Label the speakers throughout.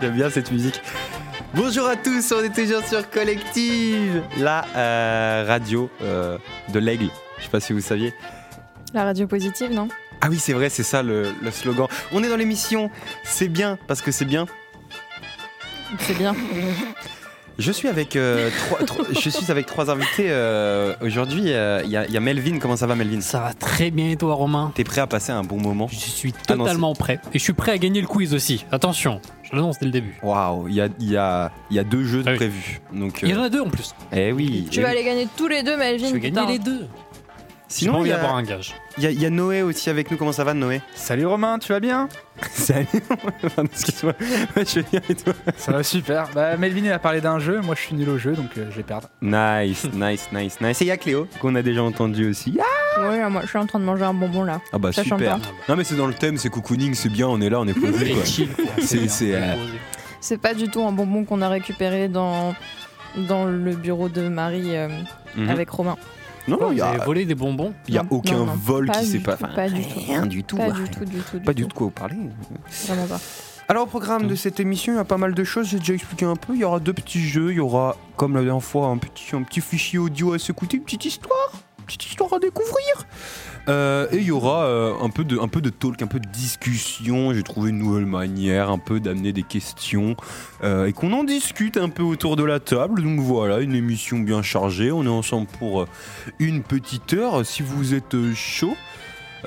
Speaker 1: J'aime bien cette musique. Bonjour à tous, on est toujours sur Collective, la euh, radio euh, de l'Aigle. Je sais pas si vous saviez.
Speaker 2: La radio positive, non
Speaker 1: Ah oui, c'est vrai, c'est ça le, le slogan. On est dans l'émission C'est bien, parce que c'est bien.
Speaker 2: C'est bien.
Speaker 1: Je suis avec, euh, trois, trois- je suis avec trois invités euh, aujourd'hui. euh, Il y, a- il y a Melvin. Comment ça va, Melvin
Speaker 3: Ça va très bien et toi Romain
Speaker 1: T'es prêt à passer un bon moment
Speaker 3: Je suis
Speaker 1: Ah non,
Speaker 3: totalement prêt. Et je suis prêt à gagner le quiz aussi. Attention, je l'annonce dès le début.
Speaker 1: Waouh, il y a, il y a- il y a deux jeux de
Speaker 3: Ah oui.
Speaker 1: prévus. Donc,
Speaker 3: Il y
Speaker 1: euh,
Speaker 3: en a deux en plus.
Speaker 1: eh oui.
Speaker 2: Tu
Speaker 1: eh
Speaker 2: vas
Speaker 1: oui.
Speaker 2: aller gagner tous les deux, Melvin.
Speaker 3: Je vais gagner
Speaker 2: putain.
Speaker 3: les deux. J'ai pas
Speaker 1: Sinon, il
Speaker 3: envie
Speaker 1: y,
Speaker 3: d'avoir
Speaker 1: a-
Speaker 3: un gage.
Speaker 1: il y a- il y a Noé aussi avec nous. Comment ça va, Noé
Speaker 4: Salut Romain, tu vas bien
Speaker 1: Salut. Excuse-moi. Ouais, je vais bien et toi
Speaker 4: Ça va super. Bah, Melvin il a parlé d'un jeu, moi je suis nul au jeu donc euh, je vais perdre.
Speaker 1: Nice, nice, nice, nice. Et il y a Cléo qu'on a déjà entendu aussi. Ah,
Speaker 2: Ouais, là, moi, je suis en train de manger un bonbon là.
Speaker 1: bah
Speaker 2: Ça chante
Speaker 3: Ah
Speaker 1: super.
Speaker 2: pas.
Speaker 1: Non mais c'est dans le thème, c'est cocooning, c'est bien, on est là, on est posé quoi.
Speaker 3: Et chill, quoi.
Speaker 1: C'est c'est, euh,
Speaker 2: C'est pas du tout un bonbon qu'on a récupéré dans dans le bureau de Marie euh,
Speaker 1: mhm.
Speaker 2: avec Romain.
Speaker 1: Non non, il y
Speaker 3: Vous
Speaker 1: a
Speaker 3: avez volé des bonbons
Speaker 1: il y a
Speaker 2: Non,
Speaker 1: aucun
Speaker 2: non, non,
Speaker 1: vol
Speaker 2: pas
Speaker 1: qui
Speaker 2: du
Speaker 1: s'est pas
Speaker 2: tout,
Speaker 1: enfin,
Speaker 2: pas du tout.
Speaker 1: rien du tout.
Speaker 2: Pas
Speaker 1: hein.
Speaker 2: du tout, du tout, du
Speaker 1: Pas
Speaker 2: tout.
Speaker 1: du tout de quoi vous parler.
Speaker 2: Vraiment pas.
Speaker 1: Alors au programme de cette émission, il y a pas mal de choses, j'ai déjà expliqué un peu, il y aura deux petits jeux, il y aura comme la dernière fois un petit, un petit fichier audio à s'écouter, une petite histoire, une petite histoire à découvrir. Euh, et il y aura euh, un, peu de, un peu de talk, un peu de discussion, j'ai trouvé une nouvelle manière un peu d'amener des questions euh, et qu'on en discute un peu autour de la table. Donc voilà, une émission bien chargée, on est ensemble pour euh, une petite heure. Si vous êtes euh, chaud,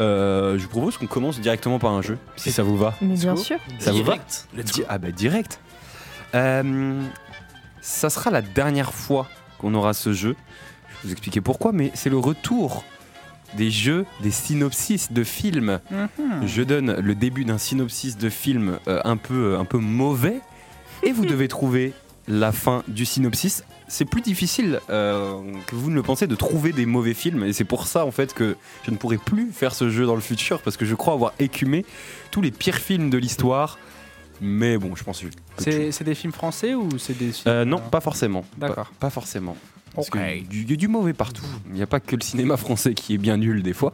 Speaker 1: euh, je vous propose qu'on commence directement par un jeu, si ça vous va.
Speaker 2: Mais
Speaker 3: Let's
Speaker 2: bien
Speaker 3: go.
Speaker 2: sûr.
Speaker 1: Ça vous va
Speaker 3: Direct.
Speaker 1: Di- ah bah direct. Euh, ça sera la dernière fois qu'on aura ce jeu. Je vais vous expliquer pourquoi, mais c'est le retour des jeux, des synopsis de films.
Speaker 4: Mhm.
Speaker 1: Je donne le début d'un synopsis de film euh, un, peu, un peu mauvais, et vous devez trouver la fin du synopsis. C'est plus difficile euh, que vous ne le pensez de trouver des mauvais films, et c'est pour ça en fait que je ne pourrai plus faire ce jeu dans le futur, parce que je crois avoir écumé tous les pires films de l'histoire. Mais bon, je pense que...
Speaker 4: C'est c'est des films français ou c'est des films
Speaker 1: Euh, non, pas forcément.
Speaker 4: D'accord.
Speaker 1: Pas, pas forcément. Parce
Speaker 4: Ok.
Speaker 1: que du- il y a du mauvais partout. Il n'y a pas que le cinéma français qui est bien nul des fois.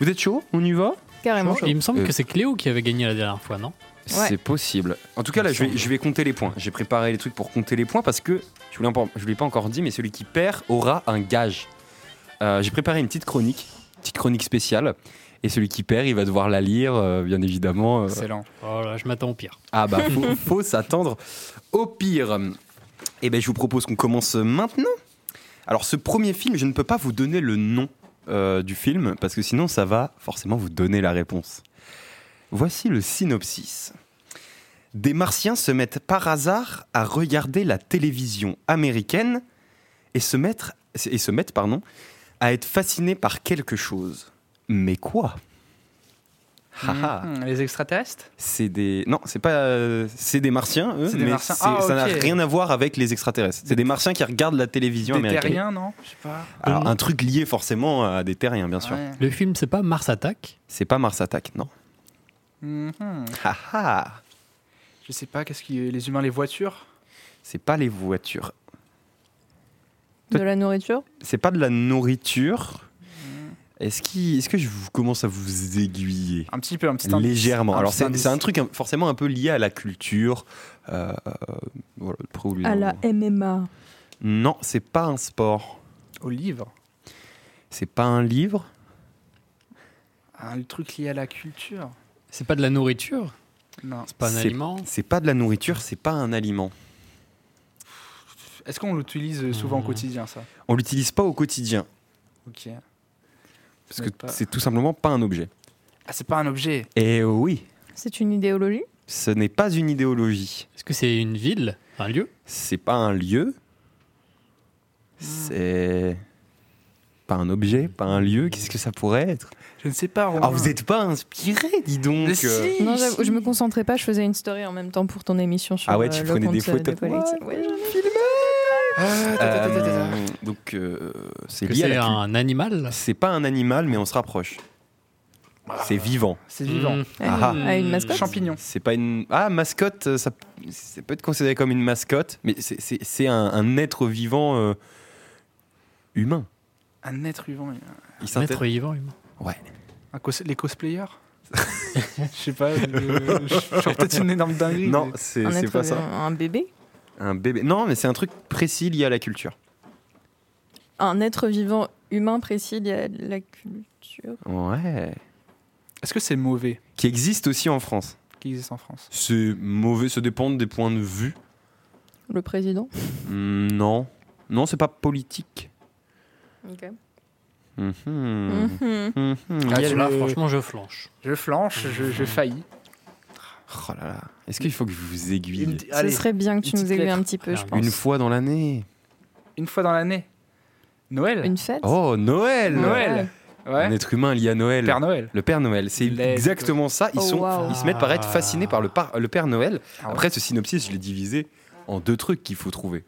Speaker 1: Vous êtes chaud On y va
Speaker 2: Carrément.
Speaker 3: Et il me semble
Speaker 1: Euh.
Speaker 3: que c'est Cléo qui avait gagné la dernière fois, non
Speaker 1: C'est possible. En tout cas, là, je vais, je vais compter les points. J'ai préparé les trucs pour compter les points parce que, je ne vous l'ai pas encore dit, mais celui qui perd aura un gage. Euh, J'ai préparé une petite chronique, petite chronique spéciale. Et celui qui perd, il va devoir la lire, euh, bien évidemment. euh.
Speaker 4: Excellent.
Speaker 3: Oh là, je m'attends au pire.
Speaker 1: Ah bah, faut, faut s'attendre au pire. Eh ben, je vous propose qu'on commence maintenant. Alors, ce premier film, je ne peux pas vous donner le nom euh, du film parce que sinon, ça va forcément vous donner la réponse. Voici le synopsis. Des martiens se mettent par hasard à regarder la télévision américaine et se mettre et se mettent pardon à être fascinés par quelque chose. Mais quoi Ah ah.
Speaker 4: Mhm. Les extraterrestres
Speaker 1: C'est des non, c'est pas euh, c'est des martiens eux,
Speaker 4: C'est des
Speaker 1: mais
Speaker 4: martiens.
Speaker 1: c'est-
Speaker 4: Ah,
Speaker 1: ça n'a
Speaker 4: ok.
Speaker 1: rien à voir avec les extraterrestres. C'est des martiens qui regardent la télévision
Speaker 4: Des
Speaker 1: américaine.
Speaker 4: terriens, non Je sais pas.
Speaker 1: Alors, un truc lié forcément à des terriens bien sûr.
Speaker 4: Ouais.
Speaker 3: Le film, c'est pas Mars Attack
Speaker 1: C'est pas Mars Attack, non.
Speaker 4: Mhm.
Speaker 1: Ah ah.
Speaker 4: Je sais pas, qu'est-ce qui. Les humains, les voitures
Speaker 1: C'est pas les voitures.
Speaker 2: De la nourriture.
Speaker 1: C'est pas de la nourriture.
Speaker 4: Hmm.
Speaker 1: Est-ce qui est-ce que je vous commence à vous aiguiller
Speaker 4: Un petit peu, un petit indice.
Speaker 1: légèrement
Speaker 4: Un
Speaker 1: Alors
Speaker 4: petit
Speaker 1: c'est
Speaker 4: indice.
Speaker 1: c'est un truc hein, forcément un peu lié à la culture. euh, euh, voilà, après, vous les
Speaker 2: À
Speaker 1: envoie.
Speaker 2: la MMA.
Speaker 1: Non, c'est pas un sport.
Speaker 4: Au livre
Speaker 1: C'est pas un livre.
Speaker 4: Un Ah, truc lié à la culture
Speaker 3: C'est pas de la nourriture
Speaker 4: Non.
Speaker 3: C'est pas un
Speaker 1: C'est-
Speaker 3: aliment
Speaker 1: C'est pas de la nourriture, c'est pas un aliment.
Speaker 4: Est-ce qu'on l'utilise souvent
Speaker 1: Mmh.
Speaker 4: au
Speaker 3: Mhm.
Speaker 4: quotidien, ça
Speaker 1: On l'utilise pas au quotidien
Speaker 4: Ok.
Speaker 1: parce
Speaker 4: Ce
Speaker 1: que
Speaker 4: n'est pas-
Speaker 1: c'est tout simplement pas un objet.
Speaker 4: Ah, c'est pas un objet
Speaker 1: Et oui,
Speaker 2: C'est une idéologie.
Speaker 1: ce n'est pas une idéologie,
Speaker 3: Est-ce que c'est une ville Un lieu
Speaker 1: c'est pas un lieu,
Speaker 4: Ah.
Speaker 1: c'est pas un objet, pas un lieu. Qu'est-ce que ça pourrait être
Speaker 4: Je ne sais pas, Romain.
Speaker 1: Ah, vous n'êtes pas inspiré, dis donc.
Speaker 4: Mais si,
Speaker 1: euh.
Speaker 2: Non,
Speaker 4: si.
Speaker 2: j'avoue, je me concentrais pas. Je faisais une story en même temps pour ton émission sur
Speaker 1: Ah ouais,
Speaker 2: euh,
Speaker 1: tu
Speaker 2: le
Speaker 1: prenais
Speaker 2: compte,
Speaker 1: des
Speaker 2: euh, de
Speaker 1: photos.
Speaker 2: Collective. Ouais,
Speaker 4: Ah, attends, attends, attends, attends.
Speaker 1: Euh, donc euh, c'est
Speaker 3: Est-ce que
Speaker 1: lié à
Speaker 3: c'est
Speaker 1: la culture.
Speaker 3: un animal
Speaker 1: C'est pas un animal, mais on se rapproche.
Speaker 4: Ah.
Speaker 1: C'est vivant.
Speaker 4: C'est vivant.
Speaker 3: Mmh.
Speaker 1: Ah,
Speaker 2: à une- à une mascotte.
Speaker 4: Champignon.
Speaker 1: C'est pas une. Ah, mascotte, euh, ça, ça peut être considéré comme une mascotte, mais c'est- c'est c'est un, un être vivant euh, humain.
Speaker 4: Un être vivant.
Speaker 1: Il
Speaker 3: Un
Speaker 1: s'inté-
Speaker 3: être vivant humain.
Speaker 1: Ouais.
Speaker 4: Un cos- les cosplayers Je sais pas, je, je suis peut-être une énorme dinguerie.
Speaker 1: Non,
Speaker 4: mais-
Speaker 1: c'est
Speaker 2: un
Speaker 1: c'est
Speaker 2: être, euh,
Speaker 1: pas ça.
Speaker 2: un bébé,
Speaker 1: Un bébé. Non, mais c'est un truc précis lié à la culture.
Speaker 2: un être vivant humain précis lié à la culture.
Speaker 1: Ouais.
Speaker 4: Est-ce que c'est mauvais
Speaker 1: Qui existe aussi en France.
Speaker 4: qui existe en France
Speaker 1: C'est mauvais, ça dépend des points de vue.
Speaker 2: Le président.
Speaker 1: Hmm, non. Non, c'est pas politique. Mhm.
Speaker 2: Mhm.
Speaker 1: Mhm. Il y a
Speaker 3: Là,
Speaker 1: le-
Speaker 3: franchement, je flanche.
Speaker 4: Je flanche, je,
Speaker 1: Mmh.
Speaker 4: je faillis.
Speaker 1: Oh là là. Est-ce qu'il faut que je vous aiguille
Speaker 4: Une,
Speaker 1: une,
Speaker 4: allez,
Speaker 2: Ce serait bien que
Speaker 4: une
Speaker 2: tu nous
Speaker 4: petite
Speaker 2: aiguilles
Speaker 4: lettre.
Speaker 2: un petit peu,
Speaker 3: Alors,
Speaker 2: je pense. Une,
Speaker 1: fois dans l'année.
Speaker 4: une fois dans l'année. Noël
Speaker 2: fête
Speaker 1: Oh, Noël
Speaker 4: Noël Ouais.
Speaker 1: Un être humain lié à Noël.
Speaker 4: Père Noël.
Speaker 1: Le Père Noël, c'est
Speaker 4: Let's go.
Speaker 1: exactement ça. Ils,
Speaker 2: Oh,
Speaker 1: sont,
Speaker 2: wow.
Speaker 1: ils se mettent par être fascinés par le, par- le Père Noël.
Speaker 4: Ah ouais.
Speaker 1: Après, ce synopsis, je l'ai divisé en deux trucs qu'il faut trouver.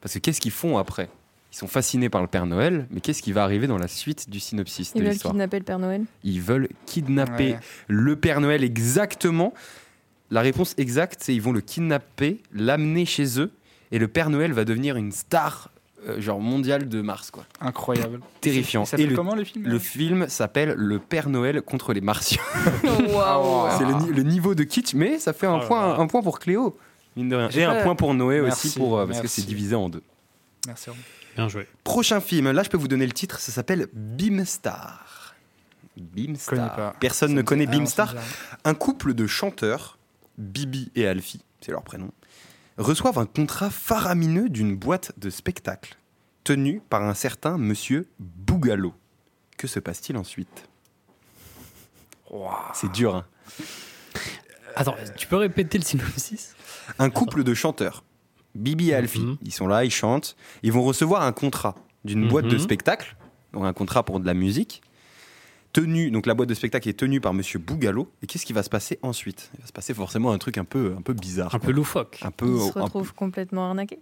Speaker 1: Parce que qu'est-ce qu'ils font après Ils sont fascinés par le Père Noël, mais qu'est-ce qui va arriver dans la suite du synopsis
Speaker 2: Ils
Speaker 1: de
Speaker 2: veulent
Speaker 1: l'histoire
Speaker 2: kidnapper le Père Noël.
Speaker 1: Ils veulent kidnapper
Speaker 4: Ouais.
Speaker 1: le Père Noël exactement. La réponse exacte, c'est ils vont le kidnapper, l'amener chez eux, et le Père Noël va devenir une star euh, genre mondiale de Mars, quoi.
Speaker 4: Incroyable.
Speaker 1: Terrifiant.
Speaker 4: Ça
Speaker 1: Et
Speaker 4: s'appelle
Speaker 1: le,
Speaker 4: comment le film
Speaker 1: le film s'appelle Le Père Noël contre les Martiens.
Speaker 2: Oh, Waouh
Speaker 1: Oh, C'est le, ni- le niveau de kitsch, mais ça fait un,
Speaker 3: Oh là
Speaker 1: point,
Speaker 3: là.
Speaker 1: un point pour Cléo, mine de rien.
Speaker 4: J'ai
Speaker 1: Et un
Speaker 4: pas-
Speaker 1: point pour Noé aussi,
Speaker 4: Merci,
Speaker 1: pour, euh, parce que
Speaker 4: merci.
Speaker 1: c'est divisé en deux.
Speaker 4: Merci. Romain.
Speaker 3: Bien joué.
Speaker 1: Prochain film, là je peux vous donner le titre, ça s'appelle Beamstar. Beamstar.
Speaker 4: Connais pas.
Speaker 1: Personne ne connaît
Speaker 4: Ah, non,
Speaker 1: Beamstar.
Speaker 4: c'est bizarre.
Speaker 1: Un couple de chanteurs, Bibi et Alfie, c'est leur prénom, reçoivent un contrat faramineux d'une boîte de spectacle tenue par un certain monsieur Bougalo. Que se passe-t-il ensuite
Speaker 4: Ouah.
Speaker 1: C'est dur. hein.
Speaker 3: Attends,
Speaker 1: Euh,
Speaker 3: tu peux répéter le synopsis
Speaker 1: Un couple de chanteurs, Bibi et Alfie,
Speaker 3: Mhm.
Speaker 1: ils sont là, ils chantent, ils vont recevoir un contrat d'une boîte de
Speaker 3: Mhm.
Speaker 1: spectacle, donc un contrat pour de la musique, tenu, donc la boîte de spectacle est tenue par Monsieur Bougalo, et qu'est-ce qui va se passer ensuite Il va se passer forcément un truc un peu, un peu bizarre.
Speaker 3: Un
Speaker 1: quoi.
Speaker 3: peu loufoque.
Speaker 1: Un peu,
Speaker 2: Ils se
Speaker 1: un-
Speaker 2: retrouvent complètement arnaqués.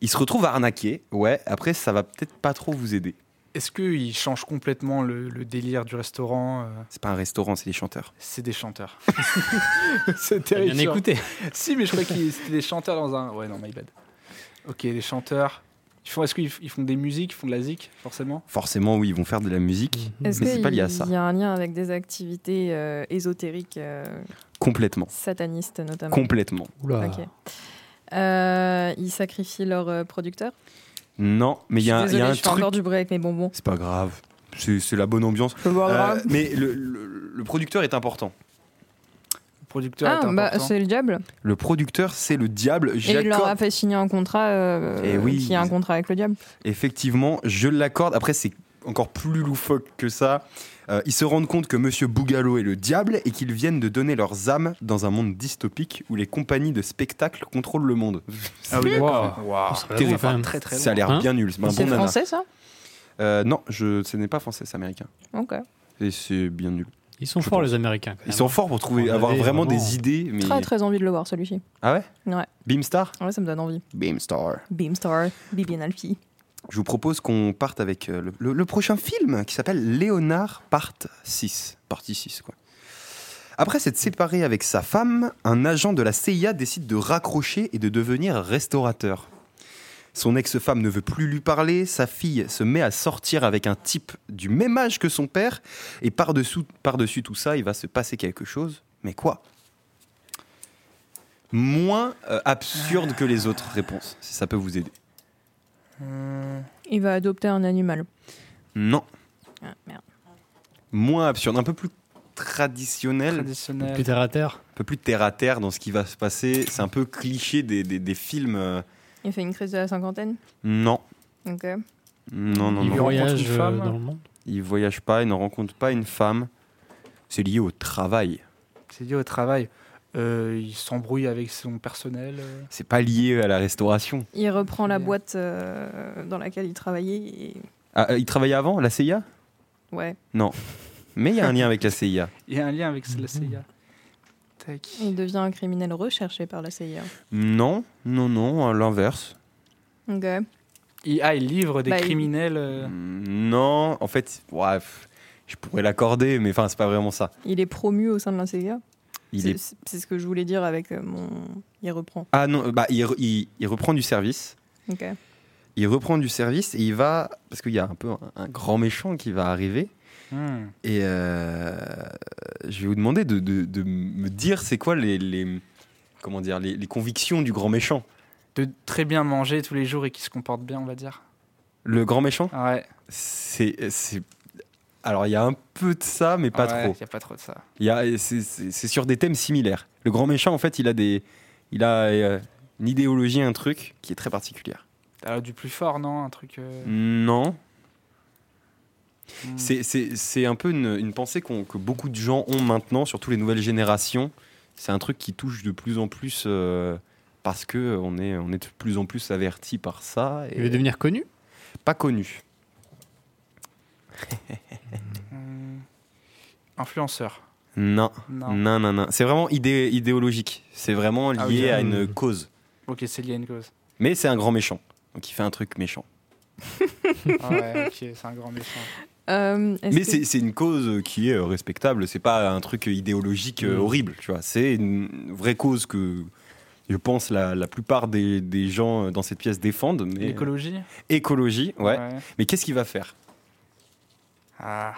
Speaker 1: il se retrouve arnaqué, ouais, après ça va peut-être pas trop vous aider.
Speaker 4: Est-ce qu'ils changent complètement le, le délire du restaurant euh,
Speaker 1: C'est pas un restaurant, c'est des chanteurs.
Speaker 4: C'est des chanteurs. c'est
Speaker 3: T'as Bien
Speaker 4: terrifiant.
Speaker 3: écouté.
Speaker 4: Si, mais je crois qu'ils c'était des chanteurs dans un. Ouais, non, my bad. Ok, des chanteurs. Ils font, est-ce qu'ils f- ils font des musiques, ils font de la zik, forcément
Speaker 1: Forcément, oui, ils vont faire de la
Speaker 3: Mhm.
Speaker 1: musique,
Speaker 2: Est-ce
Speaker 1: Mm. Mais c'est pas
Speaker 2: qu'il
Speaker 1: lié à ça.
Speaker 2: y a un lien avec des activités euh, ésotériques, euh,
Speaker 1: complètement.
Speaker 2: satanistes notamment
Speaker 1: Complètement.
Speaker 3: Oula.
Speaker 2: Ok. Euh, ils sacrifient leur euh, producteur.
Speaker 1: Non, mais Ah. il y a,
Speaker 2: je
Speaker 1: un-
Speaker 2: suis
Speaker 1: il y a
Speaker 2: désolée,
Speaker 1: un
Speaker 2: je fais
Speaker 1: truc.
Speaker 2: encore du bruit avec mes bonbons.
Speaker 1: C'est pas grave, c'est c'est la bonne ambiance.
Speaker 2: Je peux voir
Speaker 1: Euh,
Speaker 2: grave.
Speaker 1: mais le, le- le producteur est important.
Speaker 4: Le producteur
Speaker 2: Ah,
Speaker 4: est
Speaker 2: bah,
Speaker 4: important.
Speaker 2: c'est le diable.
Speaker 1: Le producteur, c'est le diable.
Speaker 2: Et il leur a
Speaker 1: J'accorde.
Speaker 2: fait signer un contrat euh,
Speaker 1: Eh oui.
Speaker 2: qui a un contrat avec le diable.
Speaker 1: Effectivement, je l'accorde. Après, c'est encore plus loufoque que ça. Euh, ils se rendent compte que Monsieur Bougalo est le diable et qu'ils viennent de donner leurs âmes dans un monde dystopique où les compagnies de spectacle contrôlent le monde.
Speaker 4: Ah oui, d'accord.
Speaker 3: Oh,
Speaker 4: Waouh.
Speaker 3: ça va
Speaker 1: Terrible.
Speaker 3: loin, quand même.
Speaker 4: Très très
Speaker 1: Ça a
Speaker 4: loin.
Speaker 1: l'air
Speaker 3: Hein
Speaker 1: bien nul. C'est un
Speaker 2: Hmm. c'est
Speaker 1: Ben, bon nanar.
Speaker 2: français ça
Speaker 1: Euh, non, je, ce n'est pas français, c'est américain.
Speaker 2: Ok.
Speaker 1: Et c'est bien nul.
Speaker 3: Ils sont
Speaker 1: Je
Speaker 3: forts,
Speaker 1: pense.
Speaker 3: les Américains. quand
Speaker 2: Ah
Speaker 1: Ils
Speaker 3: même.
Speaker 1: sont forts pour trouver,
Speaker 3: On
Speaker 1: avoir
Speaker 3: avait
Speaker 1: vraiment,
Speaker 3: vraiment-
Speaker 1: des idées. Mais...
Speaker 2: Très très envie de le voir celui-ci.
Speaker 1: Ah ouais
Speaker 2: Ouais.
Speaker 1: Beamstar
Speaker 2: Ouais, ça me donne envie.
Speaker 1: Beamstar.
Speaker 2: Beamstar, Bibi and Alfie.
Speaker 1: Je vous propose qu'on parte avec euh, le, le- le prochain film qui s'appelle Léonard Part 6. Partie 6, quoi. Après s'être séparé avec sa femme, un agent de la CIA décide de raccrocher et de devenir restaurateur. Son ex-femme ne veut plus lui parler, sa fille se met à sortir avec un type du même âge que son père, et par-dessous par -dessus tout ça, il va se passer quelque chose. Mais quoi Moins euh, absurde que les autres réponses, si ça peut vous aider.
Speaker 4: Hum,
Speaker 2: Il va adopter un animal.
Speaker 1: Non.
Speaker 2: Ah, merde.
Speaker 1: moins absurde, un peu plus traditionnel,
Speaker 4: traditionnel.
Speaker 2: Euh,
Speaker 3: Plus terre à terre.
Speaker 1: un peu plus terre à terre dans ce qui va se passer. C'est un peu cliché des, des- des films. euh,
Speaker 2: Il fait une crise de la cinquantaine.
Speaker 1: Non,
Speaker 2: Ok.
Speaker 1: non, non, non.
Speaker 3: Ils
Speaker 4: rencontre une
Speaker 3: voyagent euh,
Speaker 4: femme.
Speaker 3: dans le monde.
Speaker 1: Ils voyagent pas, ils ne rencontrent pas une femme. C'est lié au travail.
Speaker 4: C'est lié au travail. Euh, il s'embrouille avec son personnel. euh.
Speaker 1: C'est pas lié à la restauration.
Speaker 2: Il reprend la
Speaker 4: Bien.
Speaker 2: boîte euh, dans laquelle il travaillait. Et...
Speaker 1: Ah, euh, ils travaillaient avant, la CIA
Speaker 2: Ouais.
Speaker 1: Mais il y a un lien avec la CIA.
Speaker 4: Il y a un lien avec la CIA. Mhm. Tac.
Speaker 2: Il devient un criminel recherché par la CIA.
Speaker 1: Non, non, non, à l'inverse.
Speaker 2: Ok.
Speaker 4: Il, ah, il livre des
Speaker 2: Bah, il-
Speaker 4: criminels. euh.
Speaker 1: Non, en fait, ouais, pff, je pourrais l'accorder, mais enfin, c'est pas vraiment ça.
Speaker 2: Il est promu au sein de la CIA.
Speaker 1: Il
Speaker 2: C'est
Speaker 1: est...
Speaker 2: c'est ce que je voulais dire avec euh, mon. Il reprend.
Speaker 1: Ah non, bah, il re- il- il reprend du service.
Speaker 2: Ok.
Speaker 1: il reprend du service et il va
Speaker 4: Mhm.
Speaker 1: parce qu'il y a un peu un, un grand méchant qui va arriver
Speaker 4: Hmm.
Speaker 1: et euh, je vais vous demander de, de- de me dire c'est quoi les, les- comment dire, les, les convictions du grand méchant.
Speaker 4: De très bien manger tous les jours et qui se comporte bien, on va dire.
Speaker 1: Le grand méchant,
Speaker 4: Ouais.
Speaker 1: c'est. c'est- Alors, il y a un peu de ça, mais pas trop.
Speaker 4: Il a pas trop de ça.
Speaker 1: Il y a- c'est- C'est c'est sur des thèmes similaires. Le grand méchant, en fait, il a, des, il a euh, une idéologie, un truc qui est très particulière.
Speaker 4: Alors du plus fort, non Un truc. euh,
Speaker 1: Non,
Speaker 4: hmm.
Speaker 1: Mm. C'est- C'est c'est un peu une, une pensée qu'on- que beaucoup de gens ont maintenant, surtout les nouvelles générations. C'est un truc qui touche de plus en plus euh, parce que euh, on est, on est de plus en plus averti par ça
Speaker 3: Il veut
Speaker 1: et
Speaker 3: devenir connu
Speaker 1: pas connu.
Speaker 4: Hmm. Influenceur.
Speaker 1: Non,
Speaker 4: Non.
Speaker 1: non, non, non. C'est vraiment idé- idéologique. C'est vraiment lié
Speaker 4: Ah, ok.
Speaker 1: à une
Speaker 3: Hmm.
Speaker 1: cause.
Speaker 4: Ok, c'est lié à une cause.
Speaker 1: Mais c'est un grand méchant. Donc il fait un truc méchant.
Speaker 4: Ah ouais, ok, c'est un grand méchant.
Speaker 2: Euh, est-ce
Speaker 1: Mais
Speaker 2: que-
Speaker 1: c'est c'est une cause qui est euh, respectable. C'est pas un truc idéologique euh,
Speaker 2: Mm.
Speaker 3: Hmm.
Speaker 1: horrible, tu vois. C'est une vraie cause que je pense la, la plupart des, des gens euh, dans cette pièce défendent. Mais
Speaker 4: L'écologie
Speaker 1: écologie, ouais. Mais qu'est-ce qu'il va faire
Speaker 4: Ah.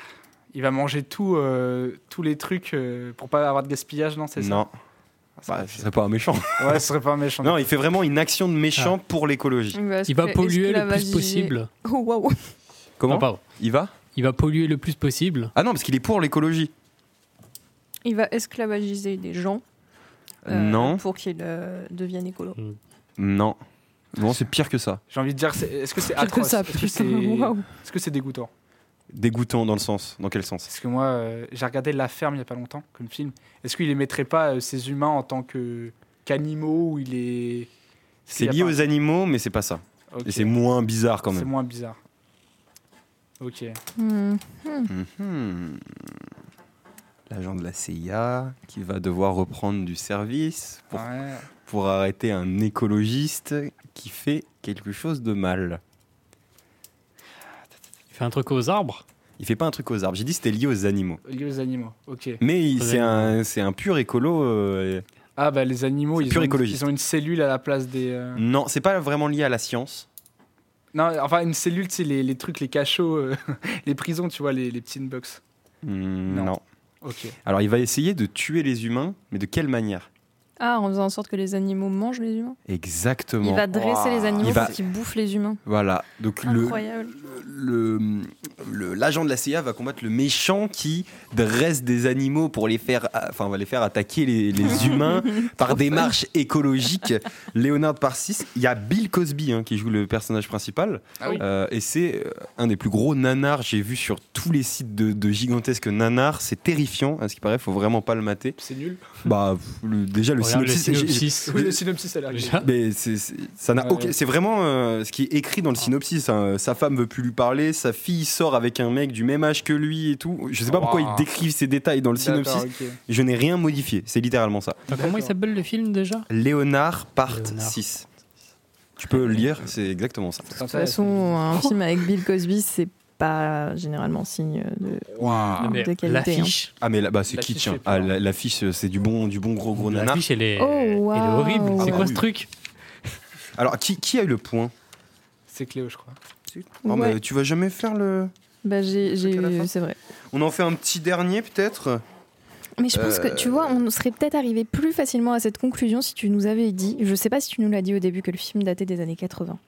Speaker 4: Il va manger tout, euh, tous les trucs euh, pour pas avoir de gaspillage, non C'est ça
Speaker 1: Non,
Speaker 4: Ah, ça
Speaker 1: bah,
Speaker 4: va
Speaker 1: ce serait pas un méchant.
Speaker 4: faire. Ouais, ce serait pas méchant.
Speaker 1: non, il fait vraiment une action de
Speaker 4: Ah.
Speaker 1: méchant pour l'écologie.
Speaker 2: Bah, est-ce
Speaker 3: Il va
Speaker 2: que- est-ce
Speaker 3: polluer
Speaker 2: qu'il
Speaker 3: le
Speaker 2: va
Speaker 3: plus
Speaker 2: viser-
Speaker 3: possible.
Speaker 2: Oh, waouh.
Speaker 4: Mm.
Speaker 1: Comment
Speaker 3: Non, pardon.
Speaker 1: Il va
Speaker 3: Il va polluer le plus possible.
Speaker 1: Ah non, parce qu'il est pour l'écologie.
Speaker 2: Il va esclavagiser des gens. euh,
Speaker 1: Non,
Speaker 2: Pour qu'ils euh, deviennent écolo.
Speaker 1: non. Non, c'est pire que ça.
Speaker 4: J'ai envie de dire, c'est- est-ce que c'est
Speaker 2: Pire que
Speaker 4: atroce
Speaker 2: ça,
Speaker 4: Est-ce que
Speaker 2: putain,
Speaker 4: c'est
Speaker 2: waouh.
Speaker 4: est-ce que c'est dégoûtant
Speaker 1: Dégoûtant dans le sens. Dans quel sens
Speaker 4: Parce que moi, euh, j'ai regardé La Ferme il y a pas longtemps comme film. Est-ce qu'il les mettrait pas euh, ces humains en tant que qu'animaux ou il est
Speaker 1: C'est lié aux animaux, mais c'est pas ça.
Speaker 4: Ok.
Speaker 1: Et c'est moins bizarre quand
Speaker 4: C'est
Speaker 1: même.
Speaker 4: moins bizarre. Ok.
Speaker 2: Hmm.
Speaker 1: Mhm. L'agent de la CIA qui va devoir reprendre du service pour,
Speaker 4: Ouais.
Speaker 1: pour arrêter un écologiste qui fait quelque chose de mal.
Speaker 3: Il fait un truc aux arbres.
Speaker 1: Il fait pas un truc aux arbres. J'ai dit c'était lié aux animaux.
Speaker 4: Lié aux animaux. Ok.
Speaker 1: Mais il-
Speaker 3: Aux
Speaker 1: c'est un, c'est un pur écolo. euh,
Speaker 4: Ah bah les animaux,
Speaker 1: C'est
Speaker 4: ils
Speaker 1: pur
Speaker 4: ont, une,
Speaker 1: écologiste.
Speaker 4: ils ont une cellule à la place des. euh,
Speaker 1: Non, c'est pas vraiment lié à la science.
Speaker 4: Non, enfin une cellule, tu sais, les, les trucs, les cachots, euh, les prisons, tu vois, les, les petites box.
Speaker 1: Hmm,
Speaker 4: Non.
Speaker 1: non.
Speaker 4: Ok.
Speaker 1: Alors il va essayer de tuer les humains, mais de quelle manière
Speaker 2: Ah, en faisant en sorte que les animaux mangent les humains.
Speaker 1: Exactement.
Speaker 2: Il va dresser les animaux
Speaker 1: Il va-
Speaker 2: pour qu'ils bouffent les humains.
Speaker 1: Voilà. Donc le
Speaker 2: Incroyable.
Speaker 1: le- le- l'agent de la CIA va combattre le méchant qui dresse des animaux pour les faire, a- enfin, va les faire attaquer les, les humains par des marches écologiques. Léonard de Parsis, il y a Bill Cosby hein, qui joue le personnage principal,
Speaker 4: Ah oui.
Speaker 1: Euh, et c'est euh, un des plus gros nanars que j'ai vu sur tous les sites de, de gigantesques nanars. C'est terrifiant, à ce qui paraît, faut vraiment pas le mater.
Speaker 4: C'est nul.
Speaker 1: Bah pff, le- déjà le
Speaker 3: Regarde
Speaker 1: synopsis,
Speaker 3: le
Speaker 1: j'ai-
Speaker 3: synopsis.
Speaker 4: Oui, le synopsis, elle a l'air.
Speaker 3: Déjà.
Speaker 1: mais c'est c'est- ça n'a
Speaker 4: Ouais.
Speaker 1: aucun- c'est vraiment euh, ce qui est écrit dans le synopsis. hein. Sa femme veut plus lui parler, sa fille sort avec un mec du même âge que lui et tout. Je sais pas pourquoi
Speaker 4: Wow.
Speaker 1: ils décrivent ces détails dans le synopsis. Je n'ai rien modifié. C'est littéralement ça.
Speaker 3: Enfin, comment il s'appelle le film déjà
Speaker 1: Léonard part
Speaker 3: Léonard.
Speaker 1: 6. Tu peux le lire, c'est exactement ça.
Speaker 2: De toute façon, un film avec Bill Cosby, c'est pas généralement signe de.
Speaker 1: Waouh.
Speaker 2: mais Ah, de qualité, hein.
Speaker 3: L'affiche.
Speaker 1: Ah mais là, bah, c'est qui
Speaker 4: L'affiche
Speaker 1: tiens
Speaker 4: fait peur.
Speaker 1: ah, la- L'affiche c'est du bon, du bon gros gros nanar.
Speaker 3: L'affiche, elle est,
Speaker 2: Oh,
Speaker 3: elle est
Speaker 2: waouh.
Speaker 3: horrible.
Speaker 2: Ah
Speaker 3: C'est
Speaker 2: bah
Speaker 3: quoi
Speaker 1: oui.
Speaker 3: ce truc
Speaker 1: Alors qui, qui a eu le point
Speaker 4: C'est Cléo, je crois.
Speaker 1: Oh,
Speaker 2: Ouais.
Speaker 1: mais Tu vas jamais faire le.
Speaker 2: Bah, j'ai, j'ai
Speaker 1: Truc à la
Speaker 2: eu-
Speaker 1: fin.
Speaker 2: c'est vrai.
Speaker 1: On en fait un petit dernier peut-être.
Speaker 2: Mais je pense
Speaker 1: Euh,
Speaker 2: que, tu vois, on serait peut-être arrivé plus facilement à cette conclusion si tu nous avais dit. Je sais pas si tu nous l'as dit au début que le film datait des années 80.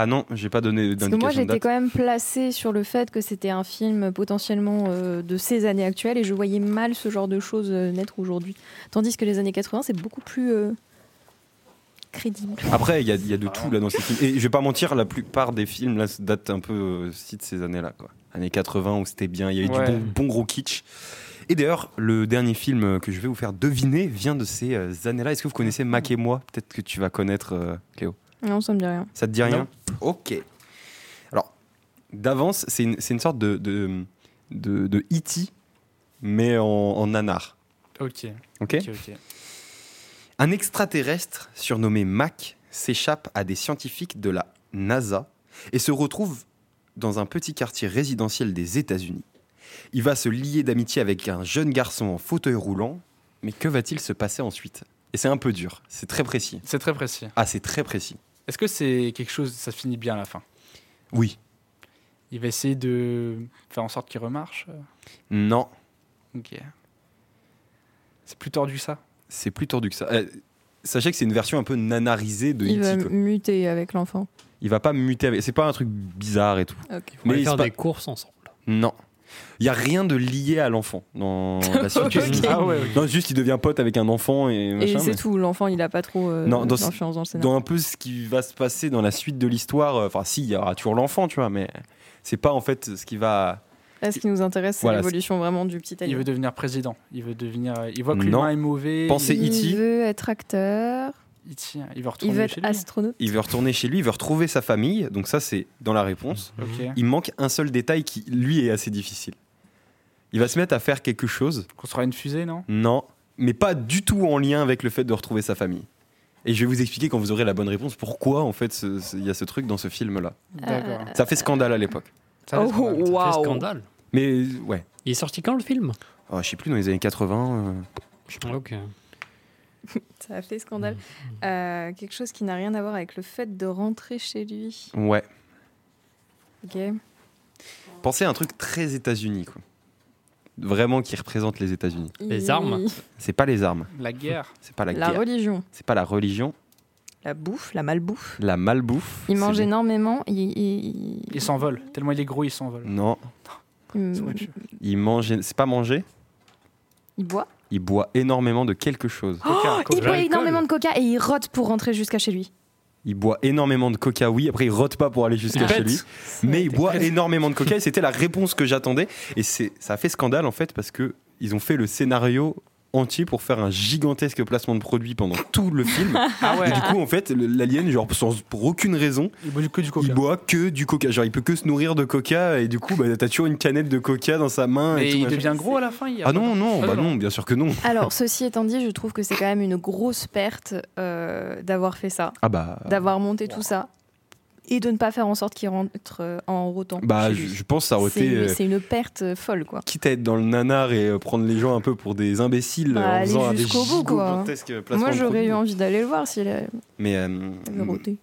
Speaker 1: Ah non, j'ai pas donné
Speaker 2: Parce que moi,
Speaker 1: d'indication de
Speaker 2: j'étais
Speaker 1: date.
Speaker 2: quand même placée sur le fait que c'était un film potentiellement euh, de ces années actuelles et je voyais mal ce genre de choses euh, naître aujourd'hui. Tandis que les années 80, c'est beaucoup plus euh, crédible.
Speaker 1: Après, il y, a- il y a de tout là dans ces films. Et je vais pas mentir, la plupart des films là datent un peu euh, aussi de ces années-là, quoi. Années 80 où c'était bien, il y avait
Speaker 4: Ouais.
Speaker 1: du bon, bon gros kitsch. Et d'ailleurs, le dernier film euh, que je vais vous faire deviner vient de ces euh, années-là. Est-ce que vous connaissez Mac et moi Peut-être que tu vas connaître, euh, Cléo.
Speaker 2: Non, ça me dit rien.
Speaker 1: Ça te dit
Speaker 3: Non.
Speaker 1: rien Ok. Alors, d'avance, c'est une, c'est une sorte de de, de, de E.T., mais en, en nanar.
Speaker 4: Ok.
Speaker 1: Ok
Speaker 4: Ok, ok.
Speaker 1: Un extraterrestre surnommé Mac s'échappe à des scientifiques de la NASA et se retrouve dans un petit quartier résidentiel des États-Unis. Il va se lier d'amitié avec un jeune garçon en fauteuil roulant, mais que va-t-il se passer ensuite Et c'est un peu dur, c'est très précis.
Speaker 4: C'est très précis.
Speaker 1: Ah, c'est très précis.
Speaker 4: Est-ce que c'est quelque chose, ça finit bien à la fin
Speaker 1: Oui.
Speaker 4: Il va essayer de faire en sorte qu'il remarche euh,
Speaker 1: Non.
Speaker 4: Ok. C'est plus tordu que ça.
Speaker 1: C'est plus tordu que ça. Euh, sachez que c'est une version un peu nanarisée de
Speaker 2: Il va
Speaker 1: E.T. quoi.
Speaker 2: muter avec l'enfant.
Speaker 1: Il va pas muter avec. C'est pas un truc bizarre et tout.
Speaker 3: On va
Speaker 1: il
Speaker 3: aller
Speaker 1: se
Speaker 3: faire
Speaker 1: pa-
Speaker 3: des courses ensemble.
Speaker 1: Non. Il y a rien de lié à l'enfant dans la suite.
Speaker 2: Ok.
Speaker 1: Juste-
Speaker 4: Ah ouais, ok.
Speaker 1: Non, juste il devient pote avec un enfant et machin.
Speaker 2: Et c'est
Speaker 1: mais-
Speaker 2: tout, l'enfant il a pas trop euh,
Speaker 1: Non, dans ce-
Speaker 2: d'influence dans le scénario.
Speaker 1: Dans un peu ce qui va se passer dans la suite de l'histoire. euh, Enfin, si, il y aura toujours l'enfant, tu vois, mais c'est pas en fait ce qui va.
Speaker 2: Là, ce qui nous intéresse, c'est
Speaker 1: Voilà,
Speaker 2: l'évolution vraiment du petit
Speaker 4: Il
Speaker 2: alien.
Speaker 4: veut devenir président. Il veut devenir. euh, Il voit que
Speaker 1: Non.
Speaker 4: l'humain est mauvais.
Speaker 1: Pensez- C'est
Speaker 2: Il
Speaker 1: E.T..
Speaker 2: veut être acteur,
Speaker 4: Il, il tient. Il
Speaker 2: il
Speaker 4: veut retourner
Speaker 2: veut
Speaker 4: chez
Speaker 2: être
Speaker 4: lui.
Speaker 2: astronaute.
Speaker 1: Il veut retourner chez lui, il veut retrouver sa famille. Donc, ça, c'est dans la réponse.
Speaker 4: Ok.
Speaker 1: Il manque un seul détail qui, lui, est assez difficile. Il va se mettre à faire quelque chose
Speaker 4: Construire une fusée, non
Speaker 1: Non, mais pas du tout en lien avec le fait de retrouver sa famille. Et je vais vous expliquer quand vous aurez la bonne réponse pourquoi en fait ce- ce- il y a ce truc dans ce film là.
Speaker 2: Euh,
Speaker 4: D'accord.
Speaker 1: Ça fait scandale à l'époque.
Speaker 4: Ça
Speaker 2: oh,
Speaker 4: reste pas mal.
Speaker 3: Ça fait
Speaker 2: waouh.
Speaker 3: scandale.
Speaker 1: Mais ouais,
Speaker 3: Il est sorti quand le film
Speaker 1: Oh, je sais plus dans les années 80. euh,
Speaker 3: Ok.
Speaker 2: Ça a fait scandale.
Speaker 1: Mmh.
Speaker 2: Euh, quelque chose qui n'a rien à voir avec le fait de rentrer chez lui.
Speaker 1: euh, Ouais.
Speaker 2: Ok.
Speaker 1: Pensez à un truc très États-Unis quoi. Vraiment qui représente les États-Unis.
Speaker 3: Les
Speaker 2: Il-
Speaker 3: armes.
Speaker 1: C'est pas les
Speaker 2: oh.
Speaker 1: armes,
Speaker 4: La guerre.
Speaker 1: c'est pas la,
Speaker 2: La
Speaker 1: guerre,
Speaker 2: religion.
Speaker 1: c'est pas la religion,
Speaker 2: La bouffe, la malbouffe.
Speaker 1: la malbouffe.
Speaker 2: Il
Speaker 1: c'est
Speaker 2: mange
Speaker 1: les-
Speaker 2: énormément. Il, il-
Speaker 4: Il s'envole. Tellement il est gros, il s'envole.
Speaker 1: Non,
Speaker 2: il-
Speaker 4: Ça aurait pu.
Speaker 1: il mange, c'est pas manger,
Speaker 2: il boit. Oh,
Speaker 1: il boit énormément de quelque chose.
Speaker 4: Coca,
Speaker 2: Il
Speaker 4: Coca.
Speaker 2: boit
Speaker 3: l'alcool.
Speaker 2: énormément de coca et il rote pour rentrer jusqu'à chez lui.
Speaker 1: Il boit énormément de coca, oui, après il rote pas pour aller jusqu'à
Speaker 3: Il
Speaker 1: chez
Speaker 3: pète.
Speaker 1: lui. mais il boit énormément de coca et c'était la réponse que j'attendais et c'est ça a fait scandale en fait parce que ils ont fait le scénario entier pour faire un gigantesque placement de produit pendant tout le film
Speaker 4: Ah ouais.
Speaker 1: et du coup en fait le- l'alien genre sans pour aucune raison
Speaker 4: Il boit du- que du coca.
Speaker 1: il boit que du coca genre il peut que se nourrir de coca et du coup bah, t'as toujours une canette de coca dans sa main et
Speaker 4: Mais
Speaker 1: tout,
Speaker 4: il
Speaker 1: machin.
Speaker 4: devient gros à la fin. il y a
Speaker 1: ah
Speaker 4: pas
Speaker 1: non
Speaker 4: de-
Speaker 1: non
Speaker 4: Ah
Speaker 1: bah non bien sûr que non
Speaker 2: Alors, ceci étant dit, je trouve que c'est quand même une grosse perte euh, d'avoir fait ça,
Speaker 1: ah bah
Speaker 2: d'avoir monté tout ça et de ne pas faire en sorte qu'il rentre euh, en rotant.
Speaker 1: bah
Speaker 2: chez
Speaker 1: je,
Speaker 2: lui.
Speaker 1: je pense que ça aurait
Speaker 2: C'est
Speaker 1: été
Speaker 2: une-
Speaker 1: euh,
Speaker 2: c'est une perte euh, folle, quoi.
Speaker 1: quitte à être dans le nanar et euh, prendre les gens un peu pour des imbéciles
Speaker 2: Bah,
Speaker 1: euh, en
Speaker 2: aller
Speaker 1: faisant un des
Speaker 2: jusqu'au bout, quoi. hein.
Speaker 1: gigantesques euh, placements
Speaker 2: Moi,
Speaker 1: de
Speaker 2: j'aurais
Speaker 1: produits.
Speaker 2: eu envie d'aller le voir s'il avait
Speaker 1: mais euh,
Speaker 2: roté.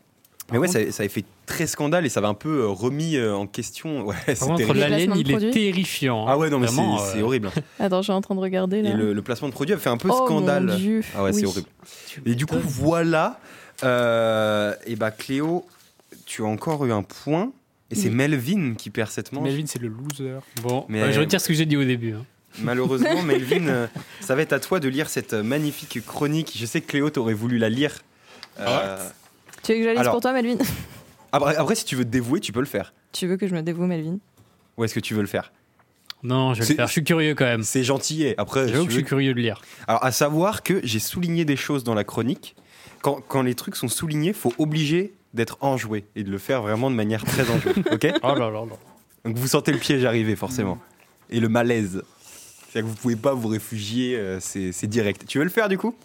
Speaker 1: Mais ouais, ça, ça avait fait très scandale et ça avait un peu euh, remis euh, en question. Ouais, c'est
Speaker 3: Par contre,
Speaker 1: terrible.
Speaker 2: Le
Speaker 3: l'alien,
Speaker 2: placement de
Speaker 3: il est
Speaker 2: produit.
Speaker 3: terrifiant. hein.
Speaker 1: Ah ouais, non, mais c'est
Speaker 3: Vraiment, euh,
Speaker 1: c'est horrible.
Speaker 2: Attends, je suis en train de regarder là.
Speaker 1: Et le, le placement de produit a fait un peu
Speaker 2: oh
Speaker 1: scandale.
Speaker 2: mon dieu.
Speaker 1: Ah ouais, c'est
Speaker 2: oui.
Speaker 1: horrible. Et du coup, voilà. et bah, Cléo, tu as encore eu un point. Et c'est
Speaker 2: Oui.
Speaker 1: Melvin qui perd cette manche.
Speaker 4: Ah Melvin, c'est le loser.
Speaker 3: Bon,
Speaker 1: Mais-
Speaker 3: bah, je retire ce que j'ai dit au début. hein.
Speaker 1: Malheureusement, Melvin, euh, ça va être à toi de lire cette euh, magnifique chronique. Je sais que Cléo, t'aurais voulu la lire. Euh,
Speaker 2: Tu veux que je la lise
Speaker 1: Alors-
Speaker 2: pour toi, Melvin
Speaker 1: après, après, si tu veux te dévouer, tu peux le faire.
Speaker 2: Tu veux que je me dévoue, Melvin
Speaker 1: Ou est-ce que tu veux le faire
Speaker 3: Non, je vais
Speaker 1: C'est-
Speaker 3: le faire. Je suis curieux quand même.
Speaker 1: C'est gentil. et Après,
Speaker 3: J'avoue
Speaker 1: tu
Speaker 3: que je
Speaker 1: veux-
Speaker 3: suis curieux de lire.
Speaker 1: Alors, à savoir que j'ai souligné des choses dans la chronique. Quand, quand les trucs sont soulignés, faut obliger d'être enjoué et de le faire vraiment de manière très enjouée. ok
Speaker 3: Oh là là là.
Speaker 1: Donc, vous sentez le piège arriver, forcément. Et le malaise. C'est-à-dire que vous pouvez pas vous réfugier, euh, c'est c'est direct. Tu veux le faire, du coup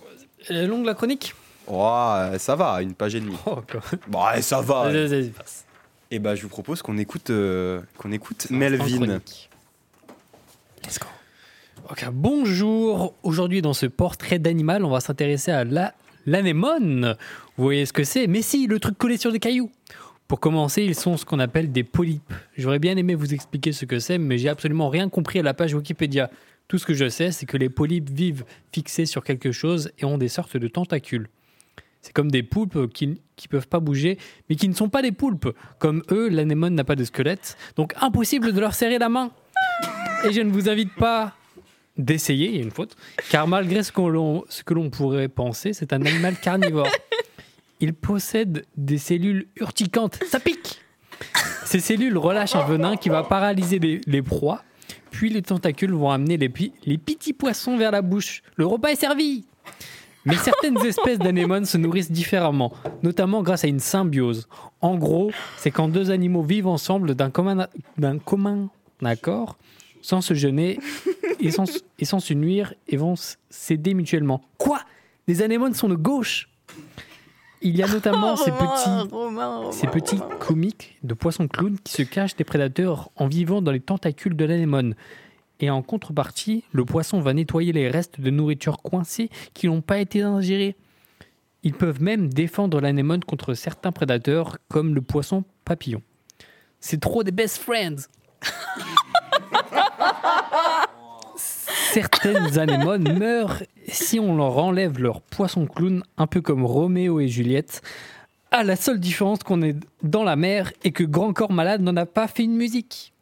Speaker 3: Elle est longue la chronique
Speaker 1: Oh, euh, ça va, une page et demie.
Speaker 3: Euh, Oh, quoi.
Speaker 1: Bon, Ah ouais, ça va.
Speaker 3: Vas-y, vas-y, passe.
Speaker 1: Et bah, je vous propose qu'on écoute, euh, qu'on écoute
Speaker 3: En
Speaker 1: Melvin.
Speaker 3: chronique. Let's go. Ok, bonjour. Aujourd'hui, dans ce portrait d'animal, on va s'intéresser à la l'anémone. Vous voyez ce que c'est Mais si, le truc collé sur des cailloux. Pour commencer, ils sont ce qu'on appelle des polypes. J'aurais bien aimé vous expliquer ce que c'est, mais j'ai absolument rien compris à la page Wikipédia. Tout ce que je sais, c'est que les polypes vivent fixés sur quelque chose et ont des sortes de tentacules. C'est comme des poulpes qui ne peuvent pas bouger, mais qui ne sont pas des poulpes. Comme eux, l'anémone n'a pas de squelette, donc impossible de leur serrer la main. Et je ne vous invite pas d'essayer, il y a une faute, car malgré ce, qu'on l'on- ce que l'on pourrait penser, c'est un animal carnivore. Il possède des cellules urticantes, ça pique Ces cellules relâchent un venin qui va paralyser les, les proies, puis les tentacules vont amener les, pi- les petits poissons vers la bouche. Le repas est servi mais certaines espèces d'anémones se nourrissent différemment, notamment grâce à une symbiose. En gros, c'est quand deux animaux vivent ensemble d'un commun, d'un commun accord, sans se gêner et sans, et sans se nuire, et vont s- s'aider mutuellement. Quoi Les anémones sont de gauche Il y a
Speaker 2: Oh,
Speaker 3: notamment ces petits ces petits comiques de poissons clowns qui se cachent des prédateurs en vivant dans les tentacules de l'anémone. Et en contrepartie, le poisson va nettoyer les restes de nourriture coincée qui n'ont pas été ingérés. Ils peuvent même défendre l'anémone contre certains prédateurs comme le poisson papillon. C'est trop des best friends Certaines anémones meurent si on leur enlève leur poisson clown, un peu comme Roméo et Juliette, à la seule différence qu'on est dans la mer et que Grand Corps Malade n'en a pas fait une musique.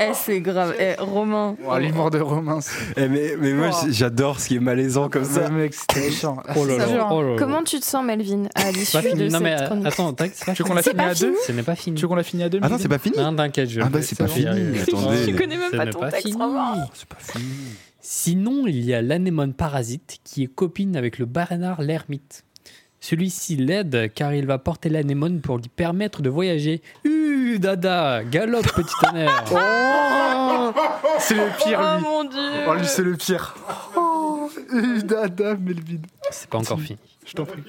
Speaker 2: Eh, c'est grave. Eh, Romain.
Speaker 4: Oh, L'humour de Romain. c'est-
Speaker 1: Eh, mais, mais moi,
Speaker 4: Oh. Ah,
Speaker 1: j- j'adore ce qui est malaisant comme
Speaker 4: Le
Speaker 1: ça.
Speaker 4: mec, c'était méchant.
Speaker 3: Oh là
Speaker 2: Ah, Ça,
Speaker 3: là,
Speaker 2: genre,
Speaker 3: oh là là.
Speaker 2: Euh, Comment tu te sens, Melvin, à l'issue
Speaker 3: C'est pas
Speaker 2: de
Speaker 3: fini. Bah, Non
Speaker 2: cette
Speaker 3: mais euh,
Speaker 2: chronique
Speaker 3: attends, tac, c'est pas
Speaker 4: Tu veux
Speaker 3: fini.
Speaker 4: qu'on la
Speaker 2: C'est
Speaker 4: finisse
Speaker 2: pas
Speaker 4: à deux
Speaker 2: fini
Speaker 3: Ce n'est pas fini.
Speaker 4: Tu veux qu'on la finisse à
Speaker 1: Ah
Speaker 4: deux
Speaker 1: non,
Speaker 4: Mélanie
Speaker 1: c'est pas fini.
Speaker 3: Non, t'inquiète, je
Speaker 1: Ah bah,
Speaker 3: vais-
Speaker 1: c'est pas
Speaker 3: bon,
Speaker 1: fini,
Speaker 3: j'arrive.
Speaker 1: attendez.
Speaker 2: Je connais même
Speaker 3: Ce
Speaker 2: pas
Speaker 3: n'est
Speaker 2: ton texte, Romain.
Speaker 1: C'est pas fini.
Speaker 3: Sinon, il y a l'anémone parasite qui est copine avec le barénard l'ermite. Celui-ci l'aide car il va porter l'anémone pour lui permettre de voyager. Uh, dada, galope, petit tonnerre.
Speaker 4: Oh C'est le pire,
Speaker 2: Oh
Speaker 4: lui.
Speaker 2: mon dieu
Speaker 4: Oh, lui, c'est le pire. Oh, Dada Melvin.
Speaker 3: C'est pas encore fini.
Speaker 4: Je t'en prie.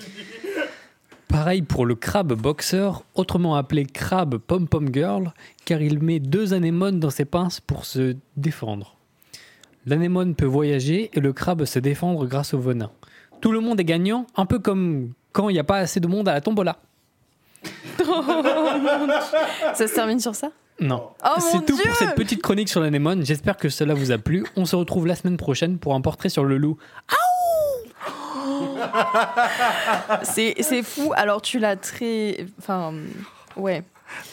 Speaker 3: Pareil pour le crabe boxeur, autrement appelé crabe pom-pom girl, car il met deux anémones dans ses pinces pour se défendre. L'anémone peut voyager et le crabe se défendre grâce au venin. Tout le monde est gagnant, un peu comme quand il n'y a pas assez de monde à la tombola.
Speaker 2: Ça se termine sur ça
Speaker 3: Non.
Speaker 2: Oh mon
Speaker 3: C'est tout
Speaker 2: dieu
Speaker 3: pour cette petite chronique sur l'anémone. J'espère que cela vous a plu. On se retrouve la semaine prochaine pour un portrait sur le loup.
Speaker 2: C'est c'est fou. Alors, tu l'as très. Enfin. Ouais,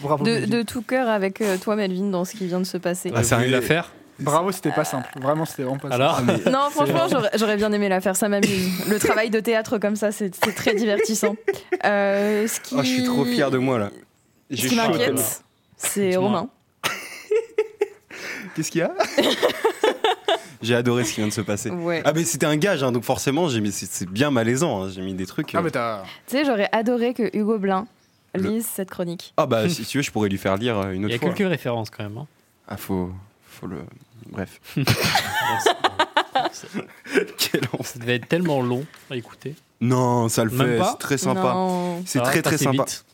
Speaker 4: Bravo.
Speaker 2: de,
Speaker 4: Melvin.
Speaker 2: de tout cœur avec euh, toi Melvin dans ce qui vient de se passer.
Speaker 1: Ah, ça
Speaker 3: Vous voulez
Speaker 1: arrive.
Speaker 3: la faire
Speaker 4: Bravo, c'était pas simple. Vraiment, c'était vraiment pas
Speaker 3: Alors
Speaker 2: Non, franchement, j'aurais- j'aurais bien aimé la faire, ça m'amuse. Le travail de théâtre comme ça, c'est c'est très divertissant. Euh, ce qui...
Speaker 1: Oh, je suis trop fier de moi là.
Speaker 2: Ce
Speaker 1: J'ai
Speaker 2: qui
Speaker 1: chaud, là.
Speaker 2: m'inquiète, c'est
Speaker 3: Dis-moi.
Speaker 2: Romain.
Speaker 1: Qu'est-ce qu'il y a J'ai adoré ce qui vient de se passer.
Speaker 2: Ouais.
Speaker 1: Ah mais c'était un gage, hein, donc forcément j'ai mis, c'est- c'est bien malaisant. hein, j'ai mis des trucs. euh.
Speaker 4: Ah, mais t'as.
Speaker 2: Tu sais, j'aurais adoré que Hugo Blin
Speaker 1: Le-
Speaker 2: lise cette chronique.
Speaker 1: Ah, bah si tu veux, je pourrais lui faire lire euh, une
Speaker 3: Il y
Speaker 1: autre
Speaker 3: a
Speaker 1: fois.
Speaker 3: quelques références quand même. hein.
Speaker 1: Ah faut, faut le. Bref. Quel enfant.
Speaker 3: Ça devait être tellement long à écouter.
Speaker 1: Non, ça le
Speaker 3: Même
Speaker 1: fait.
Speaker 3: pas
Speaker 1: C'est très sympa.
Speaker 2: Non.
Speaker 1: C'est
Speaker 3: Ah, Ça va
Speaker 1: très très
Speaker 3: passer
Speaker 1: sympa.
Speaker 3: vite.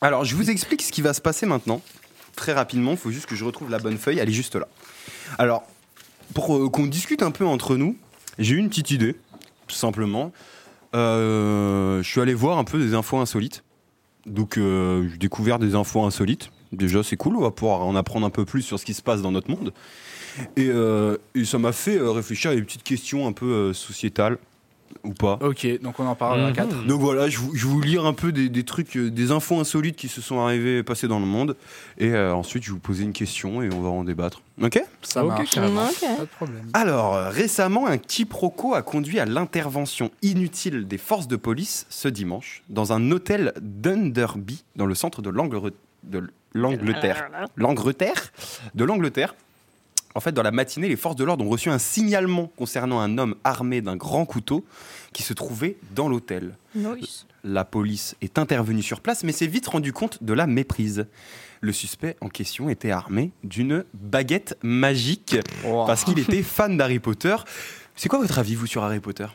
Speaker 1: Alors je vous explique ce qui va se passer maintenant. Très rapidement, il faut juste que je retrouve la bonne feuille. Elle est juste là. Alors, pour euh, qu'on discute un peu entre nous, j'ai eu une petite idée, tout simplement. Euh, je suis allé voir un peu des infos insolites. Donc, euh, j'ai découvert des infos insolites. Déjà, c'est cool, on va pouvoir en apprendre un peu plus sur ce qui se passe dans notre monde. Et, euh, et ça m'a fait euh, réfléchir à des petites questions un peu euh, sociétales, ou pas.
Speaker 4: Ok, donc on en parle à
Speaker 3: Mhm.
Speaker 4: 4.
Speaker 1: Donc voilà, je vous, je vous lire un peu des, des trucs, euh, des infos insolites qui se sont arrivées, passées dans le monde. Et euh, ensuite, je vais vous poser une question et on va en débattre. Ok
Speaker 4: Ça
Speaker 1: Ah,
Speaker 3: Ok,
Speaker 4: marche.
Speaker 2: carrément. Ok.
Speaker 4: Pas de problème.
Speaker 1: Alors, euh, récemment, un quiproquo a conduit à l'intervention inutile des forces de police ce dimanche dans un hôtel d'Underby, dans le centre de l'Angleterre. De l'Angleterre. L'Angleterre De l'Angleterre. En fait, dans la matinée, les forces de l'ordre ont reçu un signalement concernant un homme armé d'un grand couteau qui se trouvait dans l'hôtel. La police est intervenue sur place, mais s'est vite rendu compte de la méprise. Le suspect en question était armé d'une baguette magique
Speaker 4: Oh.
Speaker 1: parce qu'il était fan d'Harry Potter. C'est quoi votre avis, vous, sur Harry Potter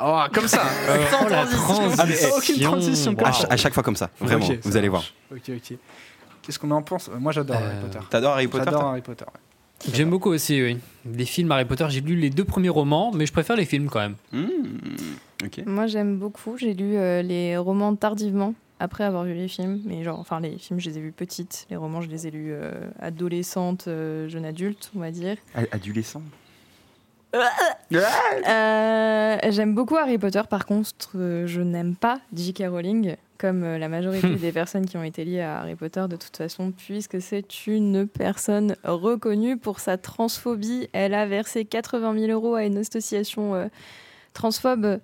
Speaker 4: Oh, comme ça.
Speaker 3: Euh,
Speaker 2: Sans
Speaker 3: oh, la
Speaker 2: transition.
Speaker 1: Ah, mais, eh,
Speaker 3: transition.
Speaker 4: aucune transition,
Speaker 1: à,
Speaker 4: Ah,
Speaker 1: ch- à chaque fois comme ça, vraiment,
Speaker 4: Ok, ça
Speaker 1: vous allez voir.
Speaker 4: marche. Ok, ok. Qu'est-ce qu'on en pense Moi, j'adore Harry
Speaker 3: Euh,
Speaker 4: Potter.
Speaker 1: T'adores Harry Potter
Speaker 4: J'adore
Speaker 1: toi
Speaker 4: Harry Potter. ouais.
Speaker 3: J'aime beaucoup aussi, oui. Les films Harry Potter, j'ai lu les deux premiers romans, mais je préfère les films quand même.
Speaker 1: Mmh, Ok.
Speaker 2: Moi, j'aime beaucoup. J'ai lu euh, les romans tardivement, après avoir vu les films. Mais genre, enfin, les films, je les ai vus petites. Les romans, je les ai lus euh, adolescente, euh, jeune adulte, on va dire.
Speaker 1: A- Adolescent
Speaker 2: Euh, j'aime beaucoup Harry Potter. Par contre, euh, je n'aime pas J.K. Rowling, comme euh, la majorité des personnes qui ont été liées à Harry Potter, de toute façon, puisque c'est une personne reconnue pour sa transphobie. Elle a versé 80 000 euros à une association euh, transphobe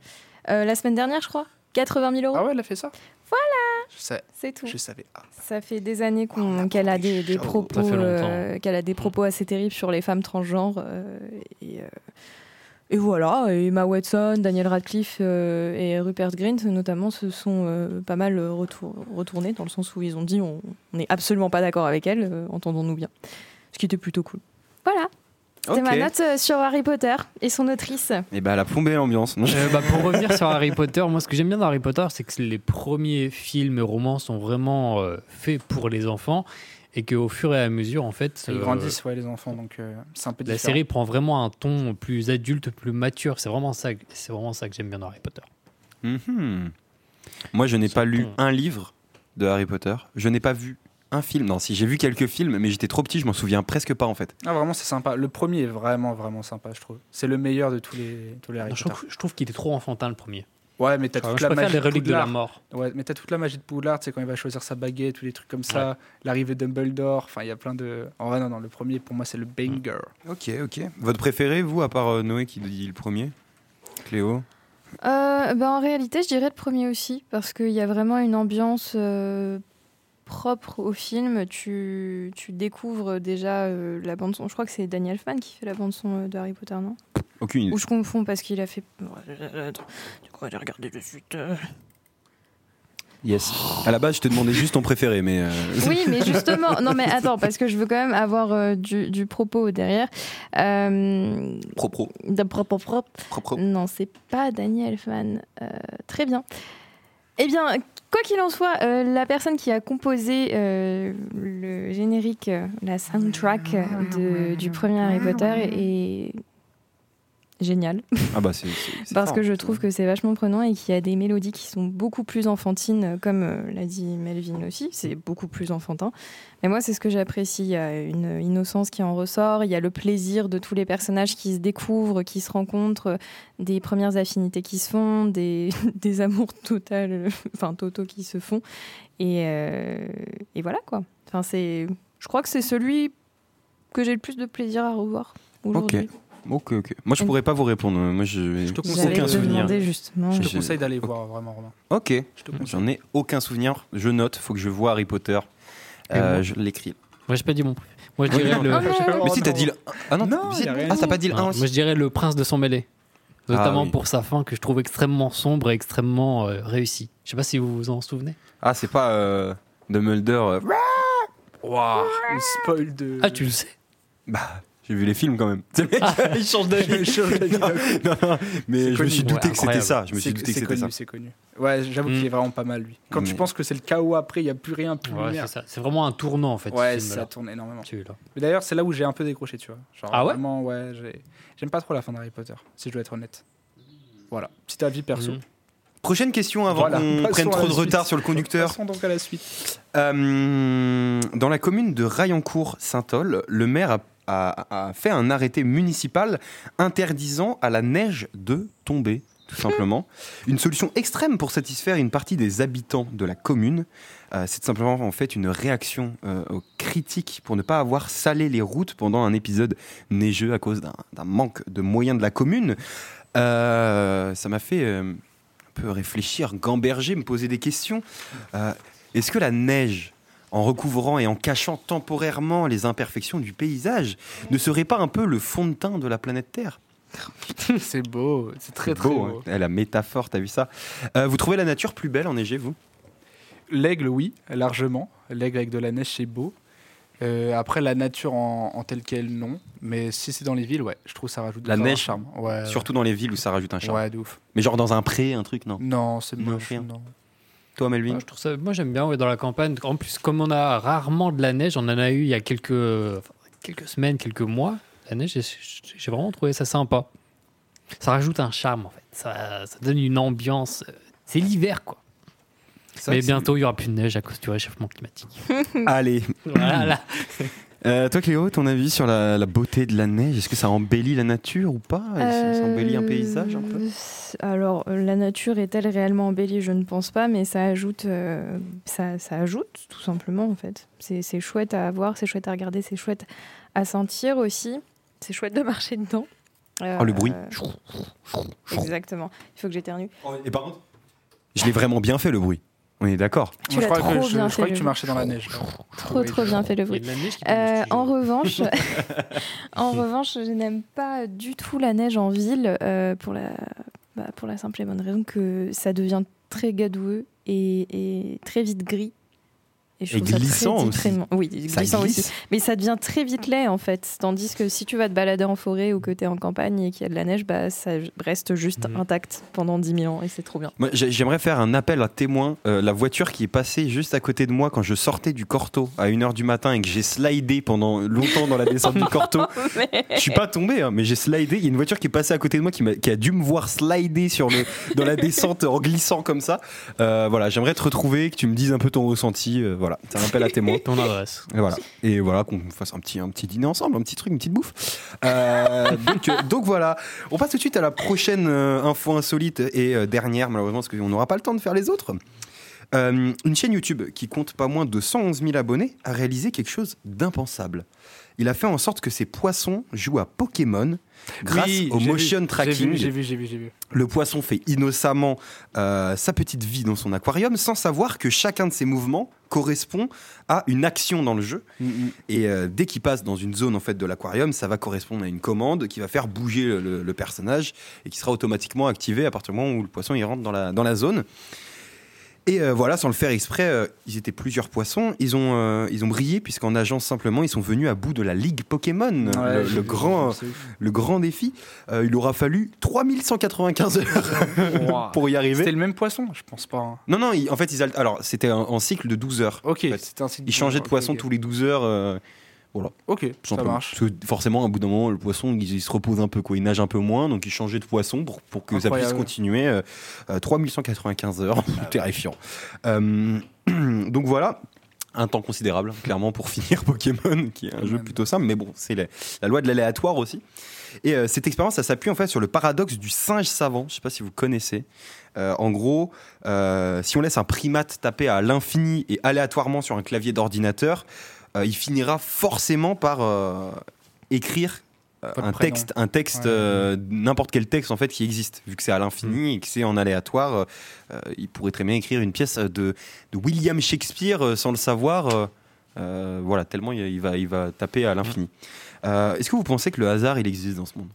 Speaker 2: euh, la semaine dernière, je crois. 80 000 euros,
Speaker 4: Ah ouais, elle a fait ça Voilà je, sais-
Speaker 2: c'est tout.
Speaker 4: je savais. Ah.
Speaker 2: Ça fait des années
Speaker 3: Oh,
Speaker 2: qu'on- qu'elle a des, des
Speaker 1: chaud.
Speaker 2: propos,
Speaker 3: Ça fait longtemps.
Speaker 2: euh, qu'elle a des propos assez terribles sur les femmes transgenres. euh, et, euh, et voilà. Et Emma Watson, Daniel Radcliffe euh, et Rupert Grint, notamment, se sont euh, pas mal euh, retour- retournés dans le sens où ils ont dit on on n'est absolument pas d'accord avec elle. euh, Entendons-nous bien. Ce qui était plutôt cool. Voilà. C'était
Speaker 1: Ok.
Speaker 2: ma note euh, sur Harry Potter et son autrice.
Speaker 1: Et bah, elle a plombé l'ambiance. non
Speaker 3: Euh, bah, pour revenir sur Harry Potter, moi ce que j'aime bien dans Harry Potter, c'est que les premiers films et romans sont vraiment euh, faits pour les enfants et qu'au fur et à mesure, en fait,
Speaker 4: Ils
Speaker 3: euh,
Speaker 4: grandissent, ouais, les enfants, donc euh, c'est un peu
Speaker 3: la
Speaker 4: différent.
Speaker 3: série prend vraiment un ton plus adulte, plus mature. C'est vraiment ça, c'est vraiment ça que j'aime bien dans Harry Potter.
Speaker 1: Mhm. Moi, je n'ai
Speaker 3: Ça
Speaker 1: pas lu
Speaker 3: tombe.
Speaker 1: un livre de Harry Potter. Je n'ai pas vu un film. Non, si j'ai vu quelques films, mais j'étais trop petit, je m'en souviens presque pas en fait.
Speaker 4: Ah, vraiment, c'est sympa. Le premier est vraiment, vraiment sympa, je trouve. C'est le meilleur de tous les, tous les Harry
Speaker 3: Non, Ah, je
Speaker 4: Potter.
Speaker 3: trouve, je trouve qu'il était trop enfantin le premier.
Speaker 4: Ouais, mais t'as
Speaker 3: Je
Speaker 4: toute la
Speaker 3: préfère
Speaker 4: magie
Speaker 3: les reliques de la mort.
Speaker 4: Poudlard. Ouais, mais t'as toute la magie de Poudlard, c'est quand il va choisir sa baguette, tous les trucs comme ça, l'arrivée de Dumbledore, enfin il y a plein de. En vrai, non, non, le premier pour moi c'est le
Speaker 3: Mm.
Speaker 4: banger.
Speaker 1: Ok, ok. Votre préféré, vous, à part euh, Noé qui dit le premier Cléo
Speaker 2: Euh, bah, en réalité, je dirais le premier aussi, parce qu'il y a vraiment une ambiance euh, propre au film. Tu, tu découvres déjà euh, la bande-son. Je crois que c'est Daniel Fan qui fait la bande-son euh, de Harry Potter, non
Speaker 1: Aucune idée.
Speaker 2: Ou je confonds parce qu'il a fait. Attends, du coup, allez regarder de suite. euh.
Speaker 1: Yes. À la base, je te demandais juste ton préféré, mais. euh,
Speaker 2: Oui, mais justement, non, mais attends, parce que je veux quand même avoir euh, du, du propos derrière. Euh,
Speaker 1: Pro, pro,
Speaker 2: d'un propre propre.
Speaker 1: pro, pro.
Speaker 2: Non, c'est pas Daniel Fan. Euh, très bien. Eh bien, quoi qu'il en soit, euh, la personne qui a composé euh, le générique, euh, la soundtrack euh, de- du premier Harry Potter est géniale.
Speaker 1: Ah bah, c'est. c'est- c'est
Speaker 2: Parce
Speaker 1: fort.
Speaker 2: que je trouve que c'est vachement prenant et qu'il y a des mélodies qui sont beaucoup plus enfantines, comme euh, l'a dit Melvin aussi, c'est beaucoup plus enfantin. Mais moi, c'est ce que j'apprécie. Il y a une innocence qui en ressort, il y a le plaisir de tous les personnages qui se découvrent, qui se rencontrent, euh, des premières affinités qui se font, des, des amours totales, enfin totaux qui se font. Et, euh, et voilà quoi. Enfin, c'est, je crois que c'est celui que j'ai le plus de plaisir à revoir aujourd'hui.
Speaker 1: Ok, ok. Moi, je pourrais pas vous répondre. hein. Moi, je.
Speaker 4: Je te conseille-
Speaker 2: Mm. J'allais
Speaker 1: aucun
Speaker 2: te
Speaker 1: souvenir.
Speaker 2: demander justement.
Speaker 4: Je
Speaker 1: Je-
Speaker 4: te conseille d'aller voir vraiment Romain.
Speaker 1: Ok.
Speaker 4: Je
Speaker 3: Mm.
Speaker 4: te conseille.
Speaker 1: J'en ai aucun souvenir. Je note. Faut que je vois Harry Potter. Euh,
Speaker 3: Et moi
Speaker 1: je l'écris.
Speaker 3: Moi, j'ai pas dit mon préféré. Moi, je
Speaker 1: Oui,
Speaker 3: dirais
Speaker 1: non.
Speaker 3: le,
Speaker 2: Oh non.
Speaker 1: mais si t'as dit le. Ah non,
Speaker 4: Non,
Speaker 1: mais si-
Speaker 4: y a rien
Speaker 1: Ah,
Speaker 4: dit.
Speaker 1: t'as pas dit le 1
Speaker 3: Hein,
Speaker 1: aussi
Speaker 3: Moi, je dirais le prince de son mêlé.
Speaker 1: Ah
Speaker 3: Notamment
Speaker 1: oui.
Speaker 3: pour sa fin que je trouve extrêmement sombre et extrêmement euh, réussie. Je sais pas si vous vous en souvenez.
Speaker 1: Ah, c'est pas euh, Dumbledore. euh, Ouah.
Speaker 4: Le spoil de.
Speaker 3: Ah, tu le sais.
Speaker 1: Bah, j'ai vu les films quand même. C'est le mec-
Speaker 3: Il change
Speaker 4: Je- je-
Speaker 1: Non, non,
Speaker 2: Ah.
Speaker 1: non,
Speaker 4: C'est
Speaker 1: mais je me
Speaker 4: connu.
Speaker 1: suis douté
Speaker 3: Ouais,
Speaker 1: que c'était
Speaker 3: incroyable.
Speaker 1: ça. Je me suis
Speaker 4: C'est
Speaker 1: douté que
Speaker 4: c'est
Speaker 1: c'était
Speaker 4: connu,
Speaker 1: ça.
Speaker 4: c'est connu. Ouais, j'avoue
Speaker 3: Mm.
Speaker 4: qu'il est vraiment pas mal lui. Quand tu
Speaker 1: Mais-
Speaker 4: penses que c'est le chaos après, il n'y a plus rien, plus
Speaker 3: Ouais,
Speaker 4: lumière.
Speaker 3: c'est ça. C'est vraiment un tournant en fait.
Speaker 4: Ouais,
Speaker 3: ce
Speaker 4: ça
Speaker 3: film-là.
Speaker 4: tourne énormément.
Speaker 3: Celui-là.
Speaker 4: Mais d'ailleurs, c'est là où j'ai un peu décroché, tu vois. Genre,
Speaker 3: Ah ouais
Speaker 4: vraiment, ouais, j'ai- j'aime pas trop la fin d'Harry Potter, si je dois être honnête. Voilà, petit avis perso.
Speaker 3: Mhm.
Speaker 1: Prochaine question avant
Speaker 4: Voilà.
Speaker 1: qu'on
Speaker 4: Passons
Speaker 1: prenne
Speaker 4: à
Speaker 1: trop
Speaker 4: la
Speaker 1: de
Speaker 4: suite.
Speaker 1: retard sur le conducteur.
Speaker 4: Passons donc à la suite.
Speaker 1: Euh, dans la commune de Raillancourt-Saint-Ol, le maire a, a- a fait un arrêté municipal interdisant à la neige de tomber, tout simplement. une solution extrême pour satisfaire une partie des habitants de la commune. Euh, C'est simplement en fait une réaction euh, aux critiques pour ne pas avoir salé les routes pendant un épisode neigeux à cause d'un d'un manque de moyens de la commune. Euh, ça m'a fait euh, un peu réfléchir, gamberger, me poser des questions. Euh, est-ce que la neige, en recouvrant et en cachant temporairement les imperfections du paysage, ne serait pas un peu le fond de teint de la planète Terre
Speaker 4: C'est beau, c'est très
Speaker 1: C'est
Speaker 4: très beau.
Speaker 1: hein. Eh, La métaphore, t'as vu ça Euh, Vous trouvez la nature plus belle enneigée, vous
Speaker 4: L'aigle, oui, largement. L'aigle avec de la neige, c'est beau. Euh, après, la nature en, en telle qu'elle, non. Mais si c'est dans les villes, ouais, je trouve ça rajoute
Speaker 1: La
Speaker 4: grave un
Speaker 1: neige,
Speaker 4: charme. Ouais,
Speaker 1: Surtout dans les villes où ça rajoute un charme.
Speaker 4: Euh. Ouais, de ouf.
Speaker 1: Mais genre dans un pré, un truc, non
Speaker 4: Non, c'est
Speaker 1: Non,
Speaker 4: moche.
Speaker 1: rien.
Speaker 4: non.
Speaker 1: Toi, Melvin
Speaker 3: Ouais, je trouve ça- Moi, j'aime bien ouais, dans la campagne. En plus, comme on a rarement de la neige, on en a eu il y a quelques, enfin, quelques semaines, quelques mois. La neige, j'ai- j'ai vraiment trouvé ça sympa. Ça rajoute un charme en fait. Ça, ça donne une ambiance. euh, C'est l'hiver quoi.
Speaker 1: Ça,
Speaker 3: Mais
Speaker 1: c'est-
Speaker 3: bientôt, il y aura plus de neige à cause du réchauffement climatique.
Speaker 1: Allez.
Speaker 3: voilà.
Speaker 1: Euh, toi, Cléo, ton avis sur la, la beauté de la neige Est-ce que ça embellit la nature ou pas Est-ce que Ça embellit un paysage un peu
Speaker 2: Euh, Alors, euh, la nature est-elle réellement embellie Je ne pense pas, mais ça ajoute, euh, ça, ça ajoute tout simplement en fait. C'est c'est chouette à voir, c'est chouette à regarder, c'est chouette à sentir aussi. C'est chouette de marcher dedans. Euh,
Speaker 1: Oh, le bruit.
Speaker 2: euh, exactement. Il faut que j'éternue.
Speaker 1: Et par contre Je l'ai vraiment bien fait, le bruit. On est d'accord
Speaker 2: Tu
Speaker 4: Moi, je
Speaker 2: l'as
Speaker 4: croyais que,
Speaker 2: trop
Speaker 4: je-
Speaker 2: bien
Speaker 4: je croyais
Speaker 2: fait,
Speaker 4: que tu
Speaker 2: le-
Speaker 4: marchais dans la neige.
Speaker 3: Mmh.
Speaker 2: Trop, trop bien fait le bruit. Euh, en revanche, en revanche, je n'aime pas du tout la neige en ville euh, pour la bah, pour la simple et bonne raison que ça devient très gadoueux et, et très vite gris. je
Speaker 1: Et
Speaker 2: trouve ça très
Speaker 1: glissant aussi.
Speaker 2: déprimant. Oui, glissant aussi. Mais ça devient très vite laid en fait. Tandis que si tu vas te balader en forêt ou que tu es en campagne et qu'il y a de la neige, bah, ça reste juste
Speaker 3: Mhm.
Speaker 2: intact pendant 10 000 ans et c'est trop bien.
Speaker 1: Moi, j'ai- J'aimerais faire un appel à témoins. Euh, la voiture qui est passée juste à côté de moi quand je sortais du Corto à 1h du matin et que j'ai slidé pendant longtemps dans la descente du Corto. Je suis pas tombé, hein, mais j'ai slidé. Il y a une voiture qui est passée à côté de moi qui, m'a- qui a dû me voir slider sur le, dans la descente en glissant comme ça. Euh, voilà, j'aimerais te retrouver, que tu me dises un peu ton ressenti. euh, voilà. voilà, ça m'appelle à témoin.
Speaker 3: Ton adresse.
Speaker 1: Et voilà, et voilà qu'on fasse un petit, un petit dîner ensemble, un petit truc, une petite bouffe. Euh, donc, euh, donc voilà, on passe tout de suite à la prochaine euh, info insolite et euh, dernière, malheureusement, parce qu'on n'aura pas le temps de faire les autres. Euh, une chaîne YouTube qui compte pas moins de 111 000 abonnés a réalisé quelque chose d'impensable. Il a fait en sorte que ses poissons jouent à Pokémon grâce
Speaker 4: Oui,
Speaker 1: au
Speaker 4: j'ai vu,
Speaker 1: motion
Speaker 4: j'ai
Speaker 1: tracking.
Speaker 4: vu, J'ai vu, j'ai vu, j'ai vu.
Speaker 1: Le poisson fait innocemment euh, sa petite vie dans son aquarium sans savoir que chacun de ses mouvements correspond à une action dans le jeu.
Speaker 4: Mm,
Speaker 1: Et euh, dès qu'il passe dans une zone en fait de l'aquarium, ça va correspondre à une commande qui va faire bouger le- le, le personnage et qui sera automatiquement activé à partir du moment où le poisson il rentre dans la, dans la zone. Et euh, voilà, sans le faire exprès, euh, ils étaient plusieurs poissons. Ils ont, euh, ils ont brillé puisqu'en nageant simplement, ils sont venus à bout de la Ligue Pokémon,
Speaker 4: Ouais,
Speaker 1: le-
Speaker 4: j'ai
Speaker 1: le,
Speaker 4: vu,
Speaker 1: grand,
Speaker 4: j'ai vu,
Speaker 1: le grand défi. Euh, il aura fallu 3195 heures
Speaker 4: c'est ouf. Ouah.
Speaker 1: pour y
Speaker 4: C'était
Speaker 1: arriver.
Speaker 4: le même poisson, je pense pas. hein.
Speaker 1: Non, non, ils- en fait, ils, al- alors c'était en, en cycle de 12 heures.
Speaker 4: Ok,
Speaker 1: En fait,
Speaker 4: c'était un site.
Speaker 1: Ils changeaient de poisson tous les 12 heures. euh,
Speaker 4: Ok,
Speaker 1: Tout
Speaker 4: ça
Speaker 1: simplement.
Speaker 4: marche.
Speaker 1: Parce que forcément, à bout d'un moment, le poisson, il, il se repose un peu, quoi. Il nage un peu moins, donc il changeait de poisson pour, pour que ça
Speaker 4: Incroyable. Ah
Speaker 1: puisse continuer. euh, euh, 3195 heures, terrifiant. Euh, donc voilà. Un temps considérable, clairement, pour finir Pokémon, qui est un jeu
Speaker 4: Pokémon.
Speaker 1: plutôt simple, mais bon, c'est la, la loi de l'aléatoire aussi. Et euh, cette expérience, ça s'appuie en fait sur le paradoxe du singe savant. Je sais pas si vous connaissez. Euh, en gros, euh, si on laisse un primate taper à l'infini et aléatoirement sur un clavier d'ordinateur, euh, il finira forcément par euh, écrire euh,
Speaker 4: Votre
Speaker 1: un
Speaker 4: prénom.
Speaker 1: texte, un texte,
Speaker 4: Ouais.
Speaker 1: euh, n'importe quel texte en fait qui existe, vu que c'est à
Speaker 4: Mm.
Speaker 1: l'infini et que c'est en aléatoire. euh, euh, il pourrait très bien écrire une pièce euh, de, de William Shakespeare euh, sans le savoir. euh, euh, voilà, tellement il, il va, il va taper à l'infini.
Speaker 4: Mm.
Speaker 1: Euh, Est-ce que vous pensez que le hasard il existe dans ce monde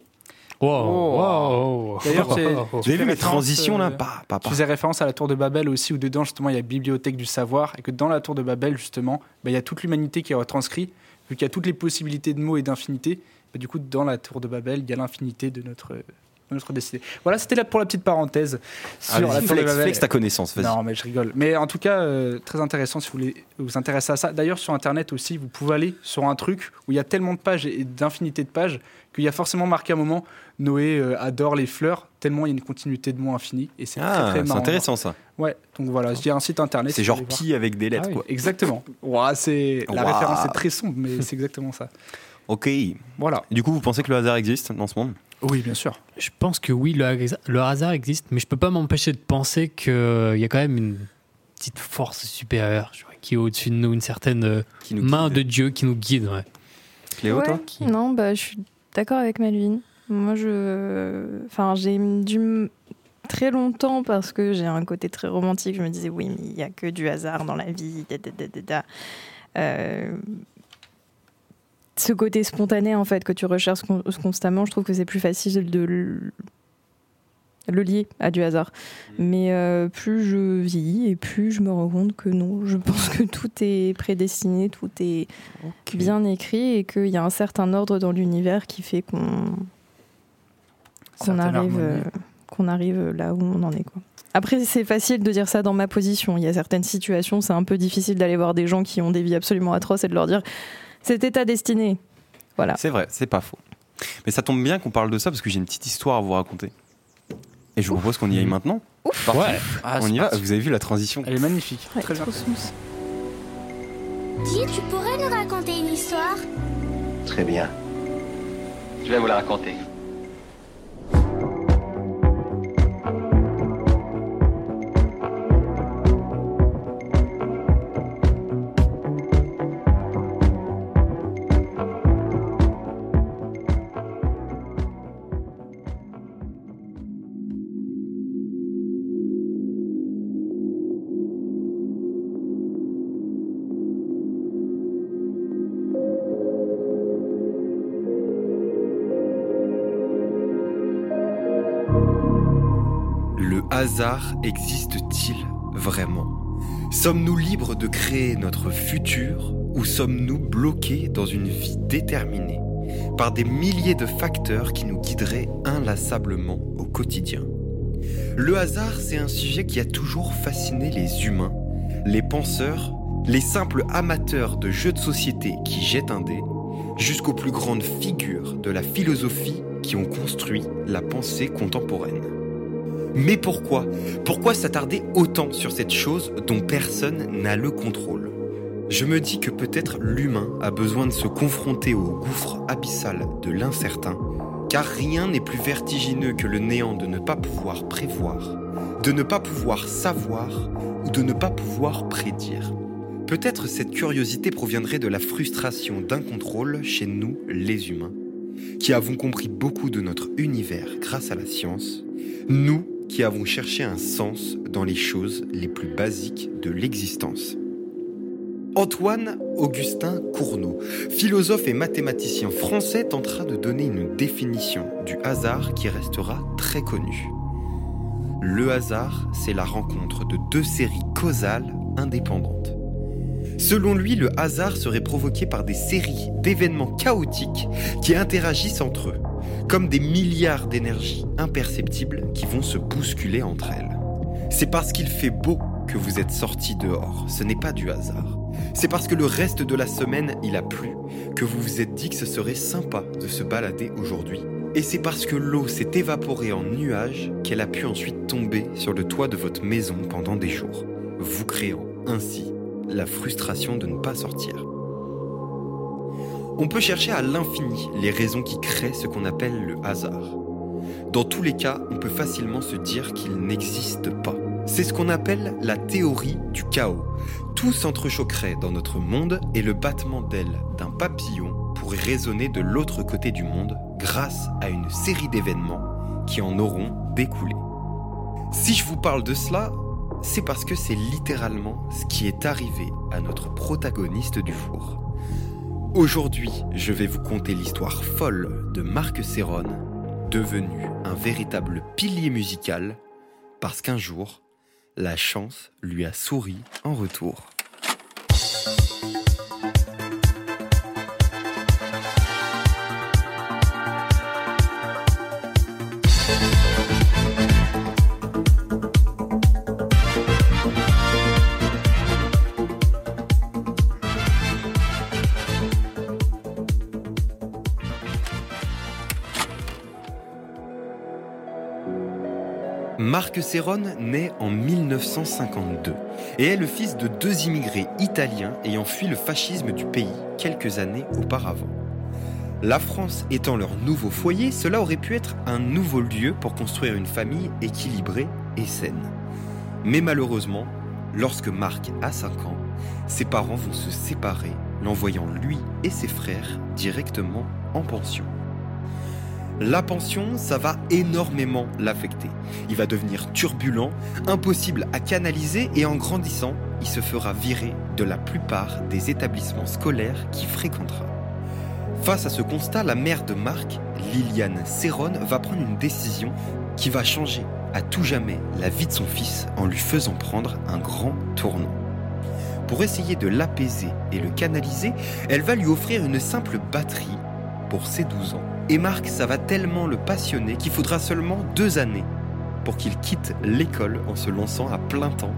Speaker 3: Wow,
Speaker 4: Oh.
Speaker 3: wow.
Speaker 4: D'ailleurs, c'est-
Speaker 3: Wow.
Speaker 1: Vous avez vu
Speaker 4: fais
Speaker 1: les
Speaker 4: référence,
Speaker 1: transitions là
Speaker 4: euh,
Speaker 1: pas, pas,
Speaker 4: Tu faisais référence à la tour de Babel aussi, où dedans justement il y a bibliothèque du savoir, et que dans la tour de Babel justement, bah, il y a toute l'humanité qui est retranscrite, vu qu'il y a toutes les possibilités de mots et d'infinité. bah, du coup, dans la tour de Babel, il y a l'infinité de notre, de notre destinée. Voilà, c'était là pour la petite parenthèse sur la
Speaker 1: Allez-y,
Speaker 4: tour de
Speaker 1: flex,
Speaker 4: Babel.
Speaker 1: flex ta connaissance, vas-y.
Speaker 4: Non, mais je rigole. Mais en tout cas, euh, très intéressant si vous voulez vous intéresser à ça. D'ailleurs, sur Internet aussi, vous pouvez aller sur un truc où il y a tellement de pages et d'infinité de pages qu'il y a forcément marqué à un moment Noé euh, adore les fleurs, tellement il y a une continuité de mots infinis. Et c'est très,
Speaker 1: Ah,
Speaker 4: très
Speaker 1: c'est
Speaker 4: marrant.
Speaker 1: intéressant ça.
Speaker 4: Ouais, donc voilà, il y a un site Internet.
Speaker 1: C'est
Speaker 4: si
Speaker 1: genre
Speaker 4: vous voulez
Speaker 1: pi avec des lettres
Speaker 3: Ah oui.
Speaker 1: quoi.
Speaker 4: voir. Exactement. Ouah, c'est... La
Speaker 1: Ouah.
Speaker 4: référence est très sombre, mais c'est exactement ça. Ah
Speaker 1: Ok.
Speaker 4: Voilà.
Speaker 1: Du coup, vous pensez que le hasard existe dans ce monde
Speaker 4: Oui, bien sûr.
Speaker 3: Je pense que oui, le, hasa- le hasard existe, mais je peux pas m'empêcher de penser qu'il y a quand même une petite force supérieure je dirais, qui est au-dessus de nous, une certaine euh,
Speaker 1: Qui nous
Speaker 3: main
Speaker 1: guide
Speaker 3: de Dieu qui nous guide. ouais.
Speaker 1: Cléo,
Speaker 2: Ouais,
Speaker 1: toi
Speaker 2: Non, bah, je suis d'accord avec Melvin. Moi, je. Enfin, j'ai dû m- très longtemps parce que j'ai un côté très romantique. Je me disais, oui, mais il n'y a que du hasard dans la vie. da, da, da, da, da. Euh, Ce côté spontané, en fait, que tu recherches con- constamment, je trouve que c'est plus facile de le- le lier à du hasard.
Speaker 4: Mm.
Speaker 2: Mais euh, plus je vieillis et plus je me rends compte que non, je pense que tout est prédestiné, tout est bien écrit et qu'il y a un certain ordre dans l'univers qui fait qu'on qu'on
Speaker 4: Certaine
Speaker 2: arrive,
Speaker 4: harmonie.
Speaker 2: euh, qu'on arrive là où on en est. Quoi. Après, c'est facile de dire ça dans ma position. Il y a certaines situations, c'est un peu difficile d'aller voir des gens qui ont des vies absolument atroces et de leur dire c'était ta destinée.
Speaker 4: Ah.
Speaker 2: Voilà.
Speaker 1: C'est vrai, c'est pas faux. Mais ça tombe bien qu'on parle de ça parce que j'ai une petite histoire à vous raconter. Et je vous propose qu'on y aille maintenant. Parti.
Speaker 3: Ouais.
Speaker 1: On y va. Vous avez vu la transition
Speaker 4: Ah, Elle est magnifique.
Speaker 2: Ouais,
Speaker 4: très bien. Ah.
Speaker 2: trop smooth.
Speaker 5: Dis, tu pourrais nous raconter une histoire
Speaker 6: Très bien. Je vais vous la raconter.
Speaker 1: Le hasard existe-t-il vraiment Sommes-nous libres de créer notre futur ou sommes-nous bloqués dans une vie déterminée par des milliers de facteurs qui nous guideraient inlassablement au quotidien Le hasard, c'est un sujet qui a toujours fasciné les humains, les penseurs, les simples amateurs de jeux de société qui jettent un dé, jusqu'aux plus grandes figures de la philosophie qui ont construit la pensée contemporaine. Mais pourquoi Pourquoi s'attarder autant sur cette chose dont personne n'a le contrôle Je me dis que peut-être l'humain a besoin de se confronter au gouffre abyssal de l'incertain, car rien n'est plus vertigineux que le néant de ne pas pouvoir prévoir, de ne pas pouvoir savoir ou de ne pas pouvoir prédire. Peut-être cette curiosité proviendrait de la frustration d'un contrôle chez nous, les humains, qui avons compris beaucoup de notre univers grâce à la science, nous qui avons cherché un sens dans les choses les plus basiques de l'existence. Antoine Augustin Cournot, philosophe et mathématicien français, tentera de donner une définition du hasard qui restera très connue. Le hasard, c'est la rencontre de deux séries causales indépendantes. Selon lui, le hasard serait provoqué par des séries d'événements chaotiques qui interagissent entre eux, comme des milliards d'énergies imperceptibles qui vont se bousculer entre elles. C'est parce qu'il fait beau que vous êtes sorti dehors, ce n'est pas du hasard. C'est parce que le reste de la semaine, il a plu, que vous vous êtes dit que ce serait sympa de se balader aujourd'hui. Et c'est parce que l'eau s'est évaporée en nuages qu'elle a pu ensuite tomber sur le toit de votre maison pendant des jours, vous créant ainsi la frustration de ne pas sortir. On peut chercher à l'infini les raisons qui créent ce qu'on appelle le hasard. Dans tous les cas, on peut facilement se dire qu'il n'existe pas. C'est ce qu'on appelle la théorie du chaos. Tout s'entrechoquerait dans notre monde et le battement d'ailes d'un papillon pourrait résonner de l'autre côté du monde grâce à une série d'événements qui en auront découlé. Si je vous parle de cela, c'est parce que c'est littéralement ce qui est arrivé à notre protagoniste du jour. Aujourd'hui, je vais vous conter l'histoire folle de Marc Serrone, devenu un véritable pilier musical parce qu'un jour, la chance lui a souri en retour. Marc Serrone naît en 1952 et est le fils de deux immigrés italiens ayant fui le fascisme du pays quelques années auparavant. La France étant leur nouveau foyer, cela aurait pu être un nouveau lieu pour construire une famille équilibrée et saine. Mais malheureusement, lorsque Marc a 5 ans, ses parents vont se séparer, l'envoyant lui et ses frères directement en pension. La pension, ça va énormément l'affecter. Il va devenir turbulent, impossible à canaliser et en grandissant, il se fera virer de la plupart des établissements scolaires qu'il fréquentera. Face à ce constat, la mère de Marc, Liliane Serrone, va prendre une décision qui va changer à tout jamais la vie de son fils en lui faisant prendre un grand tournant. Pour essayer de l'apaiser et le canaliser, elle va lui offrir une simple batterie pour ses 12 ans. Et Marc, ça va tellement le passionner qu'il faudra seulement deux années pour qu'il quitte l'école en se lançant à plein temps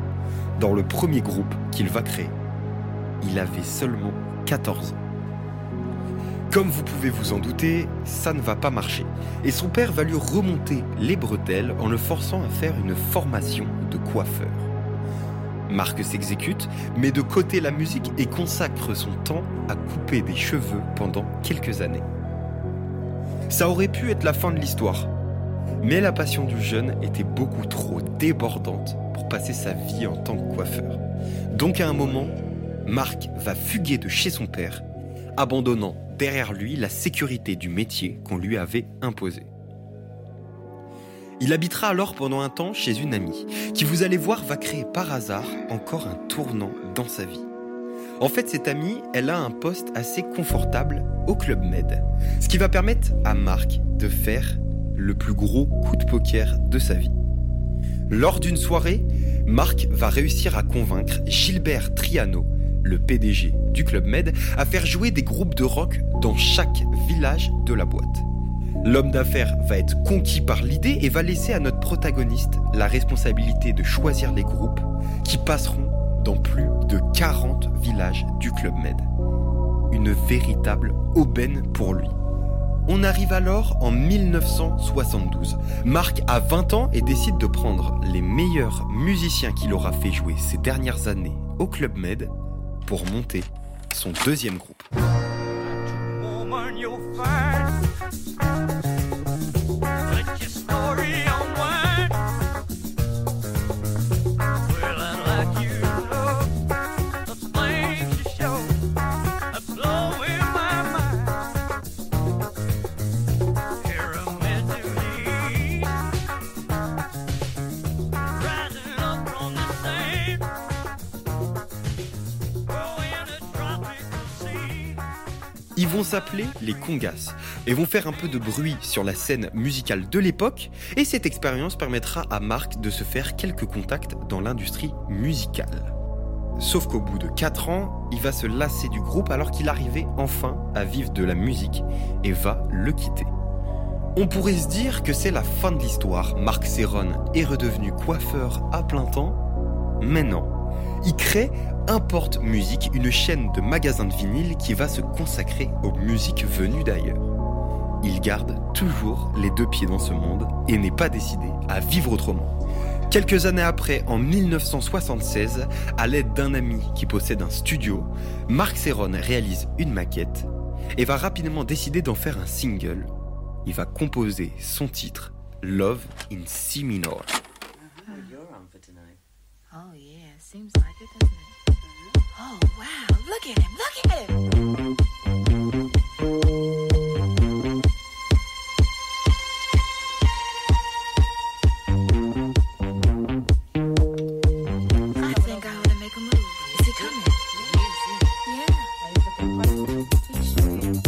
Speaker 1: dans le premier groupe qu'il va créer. Il avait seulement 14 ans. Comme vous pouvez vous en douter, ça ne va pas marcher. Et son père va lui remonter les bretelles en le forçant à faire une formation de coiffeur. Marc s'exécute, met de côté la musique et consacre son temps à couper des cheveux pendant quelques années. Ça aurait pu être la fin de l'histoire. Mais la passion du jeune était beaucoup trop débordante pour passer sa vie en tant que coiffeur. Donc à un moment, Marc va fuguer de chez son père, abandonnant derrière lui la sécurité du métier qu'on lui avait imposé. Il habitera alors pendant un temps chez une amie, qui vous allez voir va créer par hasard encore un tournant dans sa vie. En fait, cette amie, elle a un poste assez confortable au Club Med, ce qui va permettre à Marc de faire le plus gros coup de poker de sa vie. Lors d'une soirée, Marc va réussir à convaincre Gilbert Triano, le PDG du Club Med, à faire jouer des groupes de rock dans chaque village de la boîte. L'homme d'affaires va être conquis par l'idée et va laisser à notre protagoniste la responsabilité de choisir les groupes qui passeront dans plus de 40 villages du Club Med. Une véritable aubaine pour lui. On arrive alors en 1972. Marc a 20 ans et décide de prendre les meilleurs musiciens qu'il aura fait jouer ces dernières années au Club Med pour monter son deuxième groupe. Ils vont s'appeler les Congas et vont faire un peu de bruit sur la scène musicale de l'époque et cette expérience permettra à Marc de se faire quelques contacts dans l'industrie musicale. Sauf qu'au bout de 4 ans, il va se lasser du groupe alors qu'il arrivait enfin à vivre de la musique et va le quitter. On pourrait se dire que c'est la fin de l'histoire. Marc Serron est redevenu coiffeur à plein temps, mais non. Il crée Importe Musique, une chaîne de magasins de vinyle qui va se consacrer aux musiques venues d'ailleurs. Il garde toujours les deux pieds dans ce monde et n'est pas décidé à vivre autrement. Quelques années après, en 1976, à l'aide d'un ami qui possède un studio, Marc Serron réalise une maquette et va rapidement décider d'en faire un single. Il va composer son titre Love in C minor.
Speaker 7: Oh yeah, seems like it, doesn't it? Oh wow, look at him, look at him! I think I ought to make a move. Is he coming? Yeah. Oh, wow. What's your name?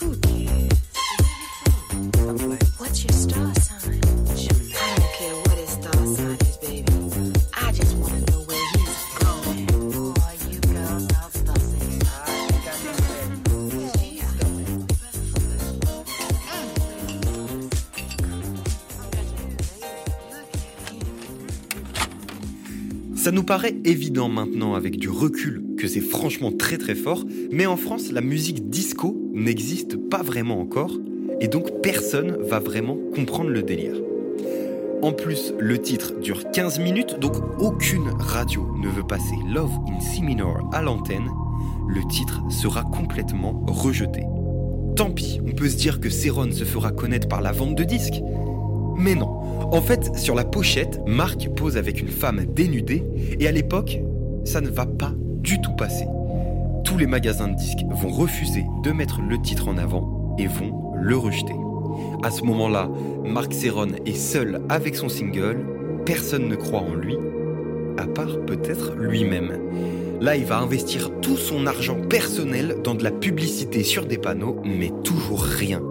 Speaker 7: Who cares? What's your star sign? I don't care what his star sign is, baby. I just wanna know where he's going. Boy, you girls are fussing.
Speaker 1: Ça nous paraît évident maintenant avec du recul que c'est franchement très très fort, mais en France, la musique disco n'existe pas vraiment encore, et donc personne va vraiment comprendre le délire. En plus, le titre dure 15 minutes, donc aucune radio ne veut passer Love in C minor à l'antenne, le titre sera complètement rejeté. Tant pis, on peut se dire que Céron se fera connaître par la vente de disques, mais non. En fait, sur la pochette, Marc pose avec une femme dénudée, et à l'époque, ça ne va pas du tout passer. Tous les magasins de disques vont refuser de mettre le titre en avant et vont le rejeter. À ce moment-là, Marc Serron est seul avec son single, personne ne croit en lui, à part peut-être lui-même. Là, il va investir tout son argent personnel dans de la publicité sur des panneaux, mais toujours rien.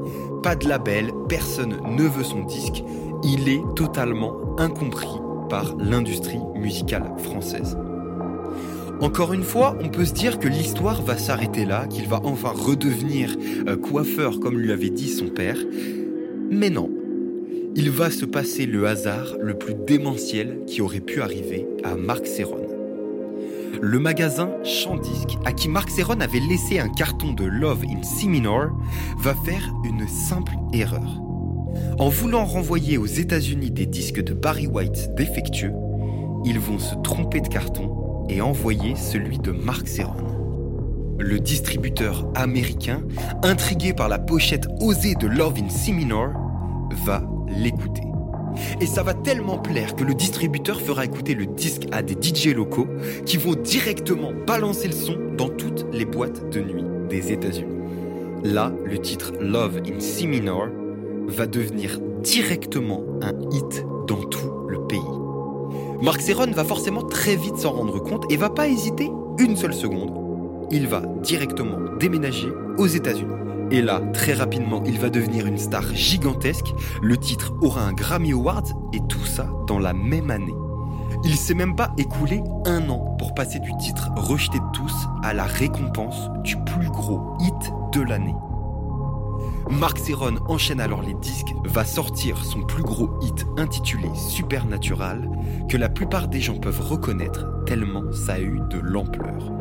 Speaker 1: Pas de label, personne ne veut son disque, il est totalement incompris par l'industrie musicale française. Encore une fois, on peut se dire que l'histoire va s'arrêter là, qu'il va enfin redevenir euh, coiffeur comme lui avait dit son père. Mais non, il va se passer le hasard le plus démentiel qui aurait pu arriver à Marc Serron. Le magasin Chandisque, à qui Marc Serron avait laissé un carton de Love in C minor, va faire une simple erreur. En voulant renvoyer aux États-Unis des disques de Barry White défectueux, ils vont se tromper de carton et envoyer celui de Mark Serron. Le distributeur américain, intrigué par la pochette osée de Love in C minor, va l'écouter. Et ça va tellement plaire que le distributeur fera écouter le disque à des DJ locaux qui vont directement balancer le son dans toutes les boîtes de nuit des États-Unis. Là, le titre Love in C minor va devenir directement un hit dans tout le pays. Marc Serron va forcément très vite s'en rendre compte et va pas hésiter une seule seconde. Il va directement déménager aux États-Unis. Et là, très rapidement, il va devenir une star gigantesque. Le titre aura un Grammy Award et tout ça dans la même année. Il s'est même pas écoulé un an pour passer du titre rejeté de tous à la récompense du plus gros hit de l'année. Marc Serron enchaîne alors les disques, va sortir son plus gros hit intitulé Supernatural, que la plupart des gens peuvent reconnaître tellement ça a eu de l'ampleur.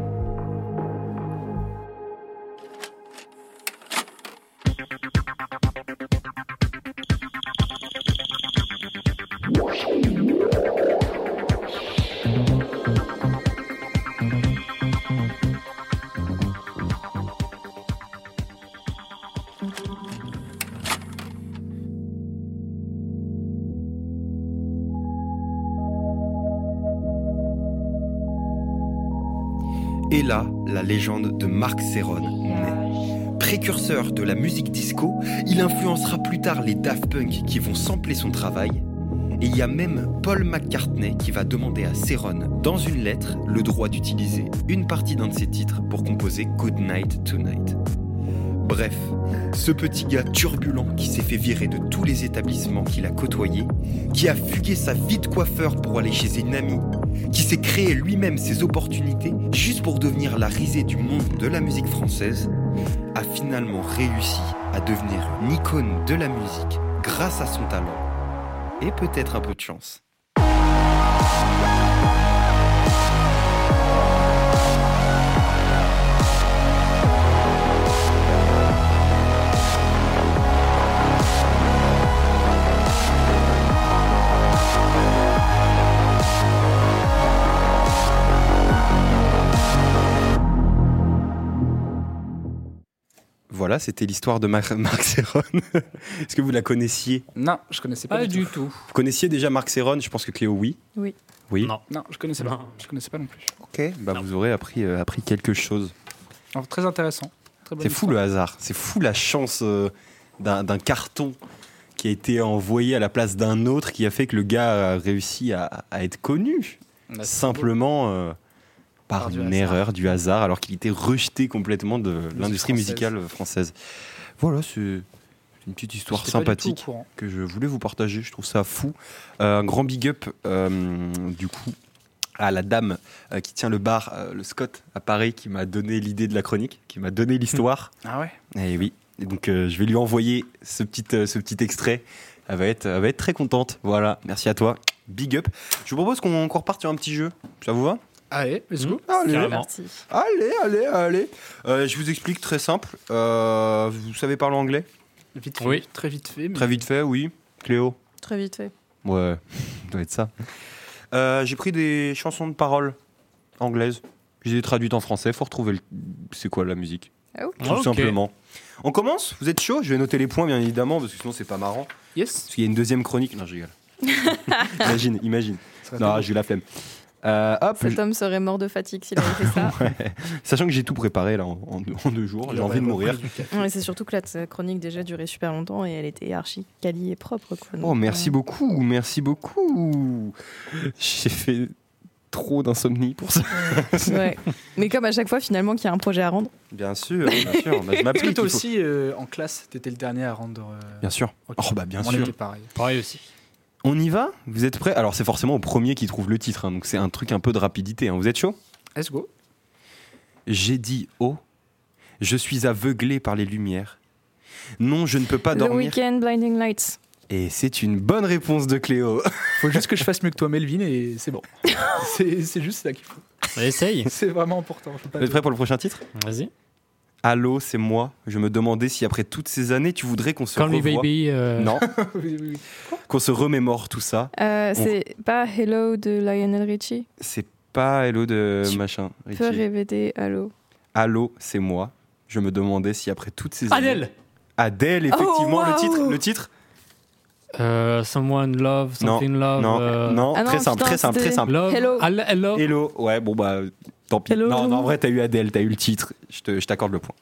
Speaker 1: Et là, la légende de Marc Serron naît. Précurseur de la musique disco, il influencera plus tard les Daft Punk qui vont sampler son travail. Et il y a même Paul McCartney qui va demander à Serron, dans une lettre, le droit d'utiliser une partie d'un de ses titres pour composer Good Night Tonight. Bref, ce petit gars turbulent qui s'est fait virer de tous les établissements qu'il a côtoyés, qui a fugué sa vie de coiffeur pour aller chez une amie, qui s'est créé lui-même ses opportunités juste pour devenir la risée du monde de la musique française, a finalement réussi à devenir une icône de la musique grâce à son talent et peut-être un peu de chance. Voilà, c'était l'histoire de Mar- Marc Serron. Est-ce que vous la connaissiez
Speaker 4: Non, je connaissais pas,
Speaker 3: Pas
Speaker 4: du,
Speaker 3: du
Speaker 4: tout.
Speaker 1: Vous connaissiez déjà Marc Serron Je pense que Cléo, oui.
Speaker 2: Oui.
Speaker 1: Oui.
Speaker 3: Non.
Speaker 4: Non, je connaissais pas.
Speaker 3: Non.
Speaker 4: Je connaissais pas non plus.
Speaker 1: Ok. Bah, vous aurez appris, euh, appris quelque chose.
Speaker 4: Alors, très intéressant. Très bonne
Speaker 1: C'est fou
Speaker 4: histoire.
Speaker 1: le hasard. C'est fou la chance euh, d'un d'un carton qui a été envoyé à la place d'un autre qui a fait que le gars a réussi à, à être connu.
Speaker 4: Bah, c'est
Speaker 1: Simplement euh, par,
Speaker 4: Par du
Speaker 1: une
Speaker 4: hasard.
Speaker 1: erreur du hasard alors qu'il était rejeté complètement de l'industrie
Speaker 4: française.
Speaker 1: musicale française. Voilà, c'est une petite
Speaker 4: beau.
Speaker 1: histoire
Speaker 4: J'étais pas du tout au
Speaker 1: sympathique.
Speaker 4: courant.
Speaker 1: que je voulais vous partager. Je trouve ça fou. Euh, un grand big up, euh, du coup, à la dame euh, qui tient le bar, euh, le Scott, à Paris, qui m'a donné l'idée de la chronique, qui m'a donné l'histoire.
Speaker 4: Ah ouais
Speaker 1: Et oui. Et donc, euh, je vais lui envoyer ce petit, euh, ce petit extrait. Elle va, être, elle va être très contente. Voilà. Merci à toi. Big up. Je vous propose qu'on qu'on reparte sur un petit jeu. Ça vous va
Speaker 4: Allez, let's
Speaker 3: Hmm.
Speaker 4: go.
Speaker 1: Allez.
Speaker 2: C'est
Speaker 3: Carrément.
Speaker 2: parti.
Speaker 1: Allez, allez, allez. Euh, je vous explique très simple. Euh, vous savez parler anglais
Speaker 4: Vite fait.
Speaker 3: Oui.
Speaker 4: Très vite fait. mais-
Speaker 1: Très vite fait, oui. Cléo
Speaker 2: Très vite fait.
Speaker 1: Ouais, ça doit être ça. Euh, j'ai pris des chansons de paroles anglaises. Je les ai traduites en français. Faut retrouver le... c'est quoi la musique.
Speaker 2: Ah, ok.
Speaker 1: Tout
Speaker 3: Ok.
Speaker 1: simplement. On commence Vous êtes chaud Je vais noter les points, bien évidemment, parce que sinon c'est pas marrant.
Speaker 4: Yes.
Speaker 1: Parce qu'il y a une deuxième chronique. Non, je rigole. imagine, imagine.
Speaker 4: Ça va
Speaker 1: Non,
Speaker 4: être
Speaker 1: j'ai eu la flemme. Euh, hop,
Speaker 2: Cet homme serait mort de fatigue s'il avait fait ça.
Speaker 1: je- sachant que j'ai tout préparé là en, en deux, en deux jours, j'ai
Speaker 4: Il aurait
Speaker 1: envie de mourir.
Speaker 4: repris du café.
Speaker 2: Ouais, c'est surtout que la t- chronique déjà durait super longtemps et elle était archi quali et propre. Quoi.
Speaker 1: Oh, merci beaucoup, merci beaucoup. J'ai fait trop d'insomnie pour ça.
Speaker 2: beaucoup. euh, Mais comme à chaque fois, finalement, qu'il y a un projet à rendre.
Speaker 1: Bien sûr, bien sûr. Bah, je
Speaker 4: Est-ce que
Speaker 1: m'applique.
Speaker 4: toi
Speaker 1: il faut-
Speaker 4: aussi, euh, en classe, t'étais le dernier à rendre. euh,
Speaker 1: Bien sûr.
Speaker 4: ok.
Speaker 1: Oh bah bien
Speaker 4: On
Speaker 1: sûr.
Speaker 4: était pareil.
Speaker 3: Pareil aussi.
Speaker 1: On y va Vous êtes prêts Alors c'est forcément au premier qui trouve le titre, hein, donc c'est un truc un peu de rapidité. hein. Vous êtes chaud
Speaker 4: Let's go.
Speaker 1: J'ai dit oh, je suis aveuglé par les lumières. Non, je ne peux pas
Speaker 2: Le
Speaker 1: dormir.
Speaker 2: week-end, Blinding Lights.
Speaker 1: Et c'est une bonne réponse de Cléo.
Speaker 4: Faut juste que je fasse mieux que toi, Melvin, et c'est bon. c'est c'est juste ça qu'il faut.
Speaker 3: Essaye.
Speaker 4: C'est vraiment important. je peux pas
Speaker 1: Vous êtes
Speaker 4: te-
Speaker 1: prêts pour le prochain titre
Speaker 3: Vas-y.
Speaker 1: Allô, c'est moi. Je me demandais si après toutes ces années, tu voudrais qu'on se
Speaker 3: Call me
Speaker 1: revoie.
Speaker 3: baby. euh,
Speaker 1: Non,
Speaker 4: Oui, oui, oui.
Speaker 1: qu'on se remémore tout ça.
Speaker 2: Euh, c'est pas Hello de Lionel Richie.
Speaker 1: C'est pas Hello de
Speaker 2: Tu
Speaker 1: machin.
Speaker 2: Peu
Speaker 1: Richie.
Speaker 2: révéler Hello.
Speaker 1: Allô, c'est moi. Je me demandais si après toutes ces années.
Speaker 3: Adèle.
Speaker 1: Adèle, effectivement,
Speaker 2: Oh,
Speaker 1: le
Speaker 2: waouh.
Speaker 1: titre. Le titre
Speaker 3: Euh, someone love, something love.
Speaker 1: Non,
Speaker 3: euh,
Speaker 1: non,
Speaker 2: Ah non,
Speaker 1: très simple,
Speaker 2: putain,
Speaker 1: très simple, très
Speaker 2: c'était-
Speaker 1: simple.
Speaker 3: Love.
Speaker 2: Hello.
Speaker 3: Al- hello.
Speaker 1: Hello, ouais, bon bah tant pis.
Speaker 2: Hello.
Speaker 1: Non, non, en vrai, t'as eu Adèle, t'as eu le titre. Je te- je t'accorde le point.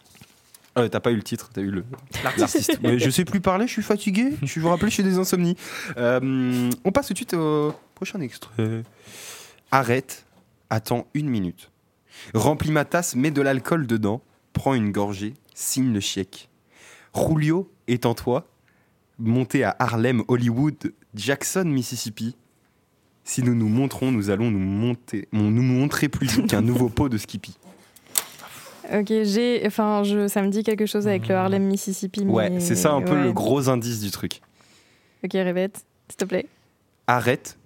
Speaker 1: Euh, t'as pas eu le titre, t'as eu le- l'artiste. Mais je sais plus parler, je suis fatigué. Je vous rappelle, je suis des insomnies. Euh, on passe tout de suite au prochain extrait. Arrête, attends une minute. Remplis ma tasse, mets de l'alcool dedans. Prends une gorgée, signe le chèque. Julio est en toi. Monté à Harlem, Hollywood, Jackson, Mississippi. Si nous nous montrons, nous allons nous, monter, mon- nous montrer plus doux qu'un nouveau pot de Skippy.
Speaker 2: Ok, j'ai. Enfin, je, ça me dit quelque chose avec le Harlem, Mississippi. mais-
Speaker 1: Mmh. Ouais, c'est ça un peu
Speaker 2: ouais.
Speaker 1: le gros indice du truc.
Speaker 2: Ok, répète, s'il te plaît.
Speaker 1: Arrête,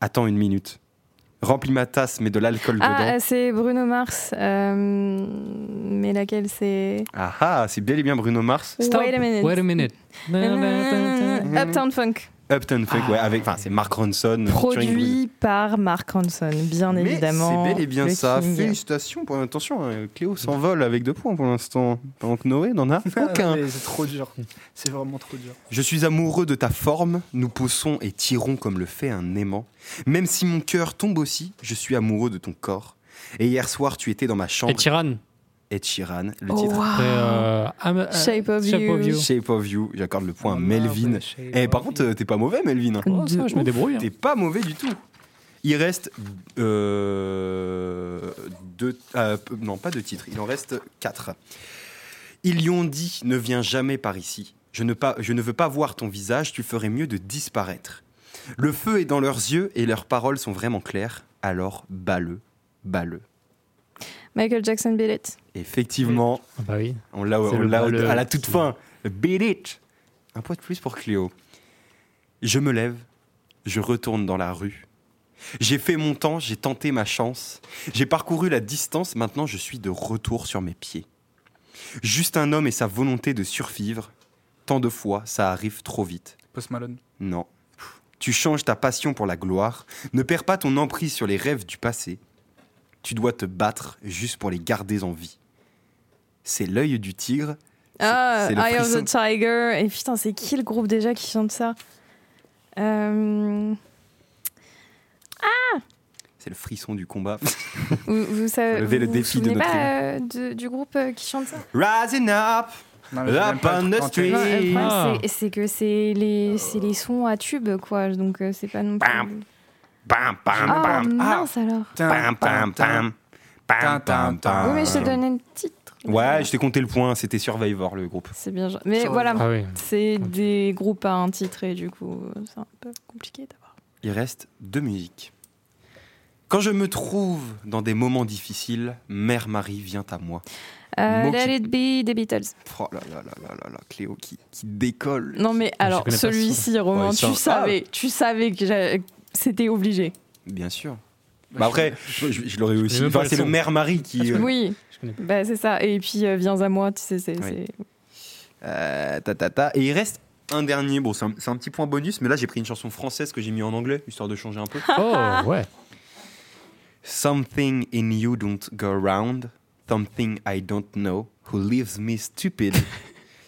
Speaker 1: attends une minute. Remplis ma tasse, mets de l'alcool
Speaker 2: Ah, euh,
Speaker 1: dedans.
Speaker 2: c'est Bruno Mars. euh, mais laquelle c'est.
Speaker 1: Ah ah, c'est bel et bien Bruno Mars.
Speaker 3: Stop.
Speaker 2: Wait a minute.
Speaker 3: Wait a minute.
Speaker 2: Nanana, Uptown Funk.
Speaker 1: Upton Funk, ouais, avec, enfin c'est Mark Ronson. featuring Bruno.
Speaker 2: Ah. Produit par Mark Ronson, bien
Speaker 1: Mais
Speaker 2: évidemment.
Speaker 1: C'est bel et bien
Speaker 2: le
Speaker 1: ça.
Speaker 2: king.
Speaker 1: Félicitations pour attention. hein, Cléo s'envole avec deux points pour l'instant, pendant que Noé n'en a aucun.
Speaker 4: Ah, Mais C'est trop dur. C'est vraiment trop dur.
Speaker 1: Je suis amoureux de ta forme, nous poussons et tirons comme le fait un aimant. Même si mon cœur tombe aussi, je suis amoureux de ton corps. Et hier soir, tu étais dans ma chambre.
Speaker 3: Et Tyrann.
Speaker 1: Ed Sheeran, le
Speaker 2: Oh,
Speaker 1: titre
Speaker 2: waouh.
Speaker 3: Après, euh, Am- euh,
Speaker 2: Shape of You.
Speaker 1: Shape of You. J'accorde le point à Melvin. Eh, par contre, euh, t'es pas mauvais, Melvin. hein.
Speaker 3: Oh, ça,
Speaker 2: De
Speaker 3: je me
Speaker 2: ouf.
Speaker 3: débrouille. hein.
Speaker 1: T'es pas mauvais du tout. Il reste euh, deux, euh, peu- non pas deux titres, il en reste quatre. Ils lui ont dit ne viens jamais par ici. Je ne, pas, je ne veux pas voir ton visage. Tu ferais mieux de disparaître. Le feu est dans leurs yeux et leurs paroles sont vraiment claires. Alors bats-le, bats-le.
Speaker 2: Michael Jackson Beat It.
Speaker 1: Effectivement,
Speaker 3: Ah Bah oui.
Speaker 1: on l'a
Speaker 3: C'est
Speaker 1: on
Speaker 3: le
Speaker 1: l'a
Speaker 3: bal,
Speaker 1: à
Speaker 3: euh,
Speaker 1: la toute
Speaker 3: qui-
Speaker 1: fin. Beat it. Un point de plus pour Cléo. Je me lève, je retourne dans la rue. J'ai fait mon temps, j'ai tenté ma chance. J'ai parcouru la distance, maintenant je suis de retour sur mes pieds. Juste un homme et sa volonté de survivre. Tant de fois, ça arrive trop vite.
Speaker 4: Post Malone.
Speaker 1: Non. Tu changes ta passion pour la gloire, ne perds pas ton emprise sur les rêves du passé. Tu dois te battre juste pour les garder en vie. C'est l'œil du tigre. C'est-
Speaker 2: Ah,
Speaker 1: c'est le
Speaker 2: Eye of
Speaker 1: frisson.
Speaker 2: the Tiger. Et putain, c'est qui le groupe déjà qui chante ça Euh,
Speaker 1: C'est le frisson du combat.
Speaker 2: vous, vous savez,
Speaker 1: Lever le
Speaker 2: vous
Speaker 1: défi
Speaker 2: vous
Speaker 1: de
Speaker 2: souvenez
Speaker 1: notre
Speaker 2: pas euh, de- du groupe euh, qui chante ça
Speaker 1: Rising up!
Speaker 4: Non, mais j'ai
Speaker 1: Up
Speaker 4: même pas le
Speaker 1: on
Speaker 4: truc
Speaker 1: the
Speaker 4: en tête.
Speaker 1: street.
Speaker 2: Non, euh, le problème,
Speaker 3: Ah.
Speaker 2: c'est- c'est que c'est les, c'est les sons à tube, quoi. Donc, euh, c'est pas non plus.
Speaker 1: Bam, Bam, bam,
Speaker 2: Ah,
Speaker 1: bam!
Speaker 2: mince alors.
Speaker 1: Bam, bam, bam! Bam, bam, bam!
Speaker 2: Oui, mais je te donnais le titre.
Speaker 1: Ah. Ouais, je t'ai compté le point, c'était Survivor le groupe.
Speaker 2: C'est bien. gen- Mais
Speaker 4: Ça va
Speaker 2: voilà,
Speaker 3: Ah oui.
Speaker 2: c'est des groupes à un titre et du coup, euh, c'est un peu compliqué d'avoir.
Speaker 1: Il reste deux musiques. Quand je me trouve dans des moments difficiles, Mère Marie vient à moi.
Speaker 2: Euh,
Speaker 1: Mot qui-
Speaker 2: Let It Be des Beatles.
Speaker 1: Oh là là là là là là, Cléo qui, qui décolle.
Speaker 2: Non, mais alors,
Speaker 3: connais pas
Speaker 2: celui-ci,
Speaker 1: Ouais,
Speaker 2: Romain,
Speaker 1: Ah. ça-
Speaker 2: tu savais, tu savais que j'a- c'était obligé.
Speaker 1: Bien sûr. Bah après, je, je- je l'aurais aussi.
Speaker 3: même pas
Speaker 1: Enfin,
Speaker 3: le
Speaker 1: c'est le
Speaker 3: son.
Speaker 1: maire Marie qui. euh,
Speaker 2: Oui,
Speaker 3: Je connais pas.
Speaker 2: bah, c'est ça. Et puis, euh, Viens à moi, tu sais, c'est.
Speaker 1: Oui.
Speaker 2: c'est-
Speaker 1: euh, ta, ta, ta. Et il reste un dernier. Bon, c'est un, c'est un petit point bonus, mais là j'ai pris une chanson française que j'ai mis en anglais, histoire de changer un peu.
Speaker 3: Oh, ouais.
Speaker 1: Something in you don't go round. Something I don't know. Who leaves me stupid.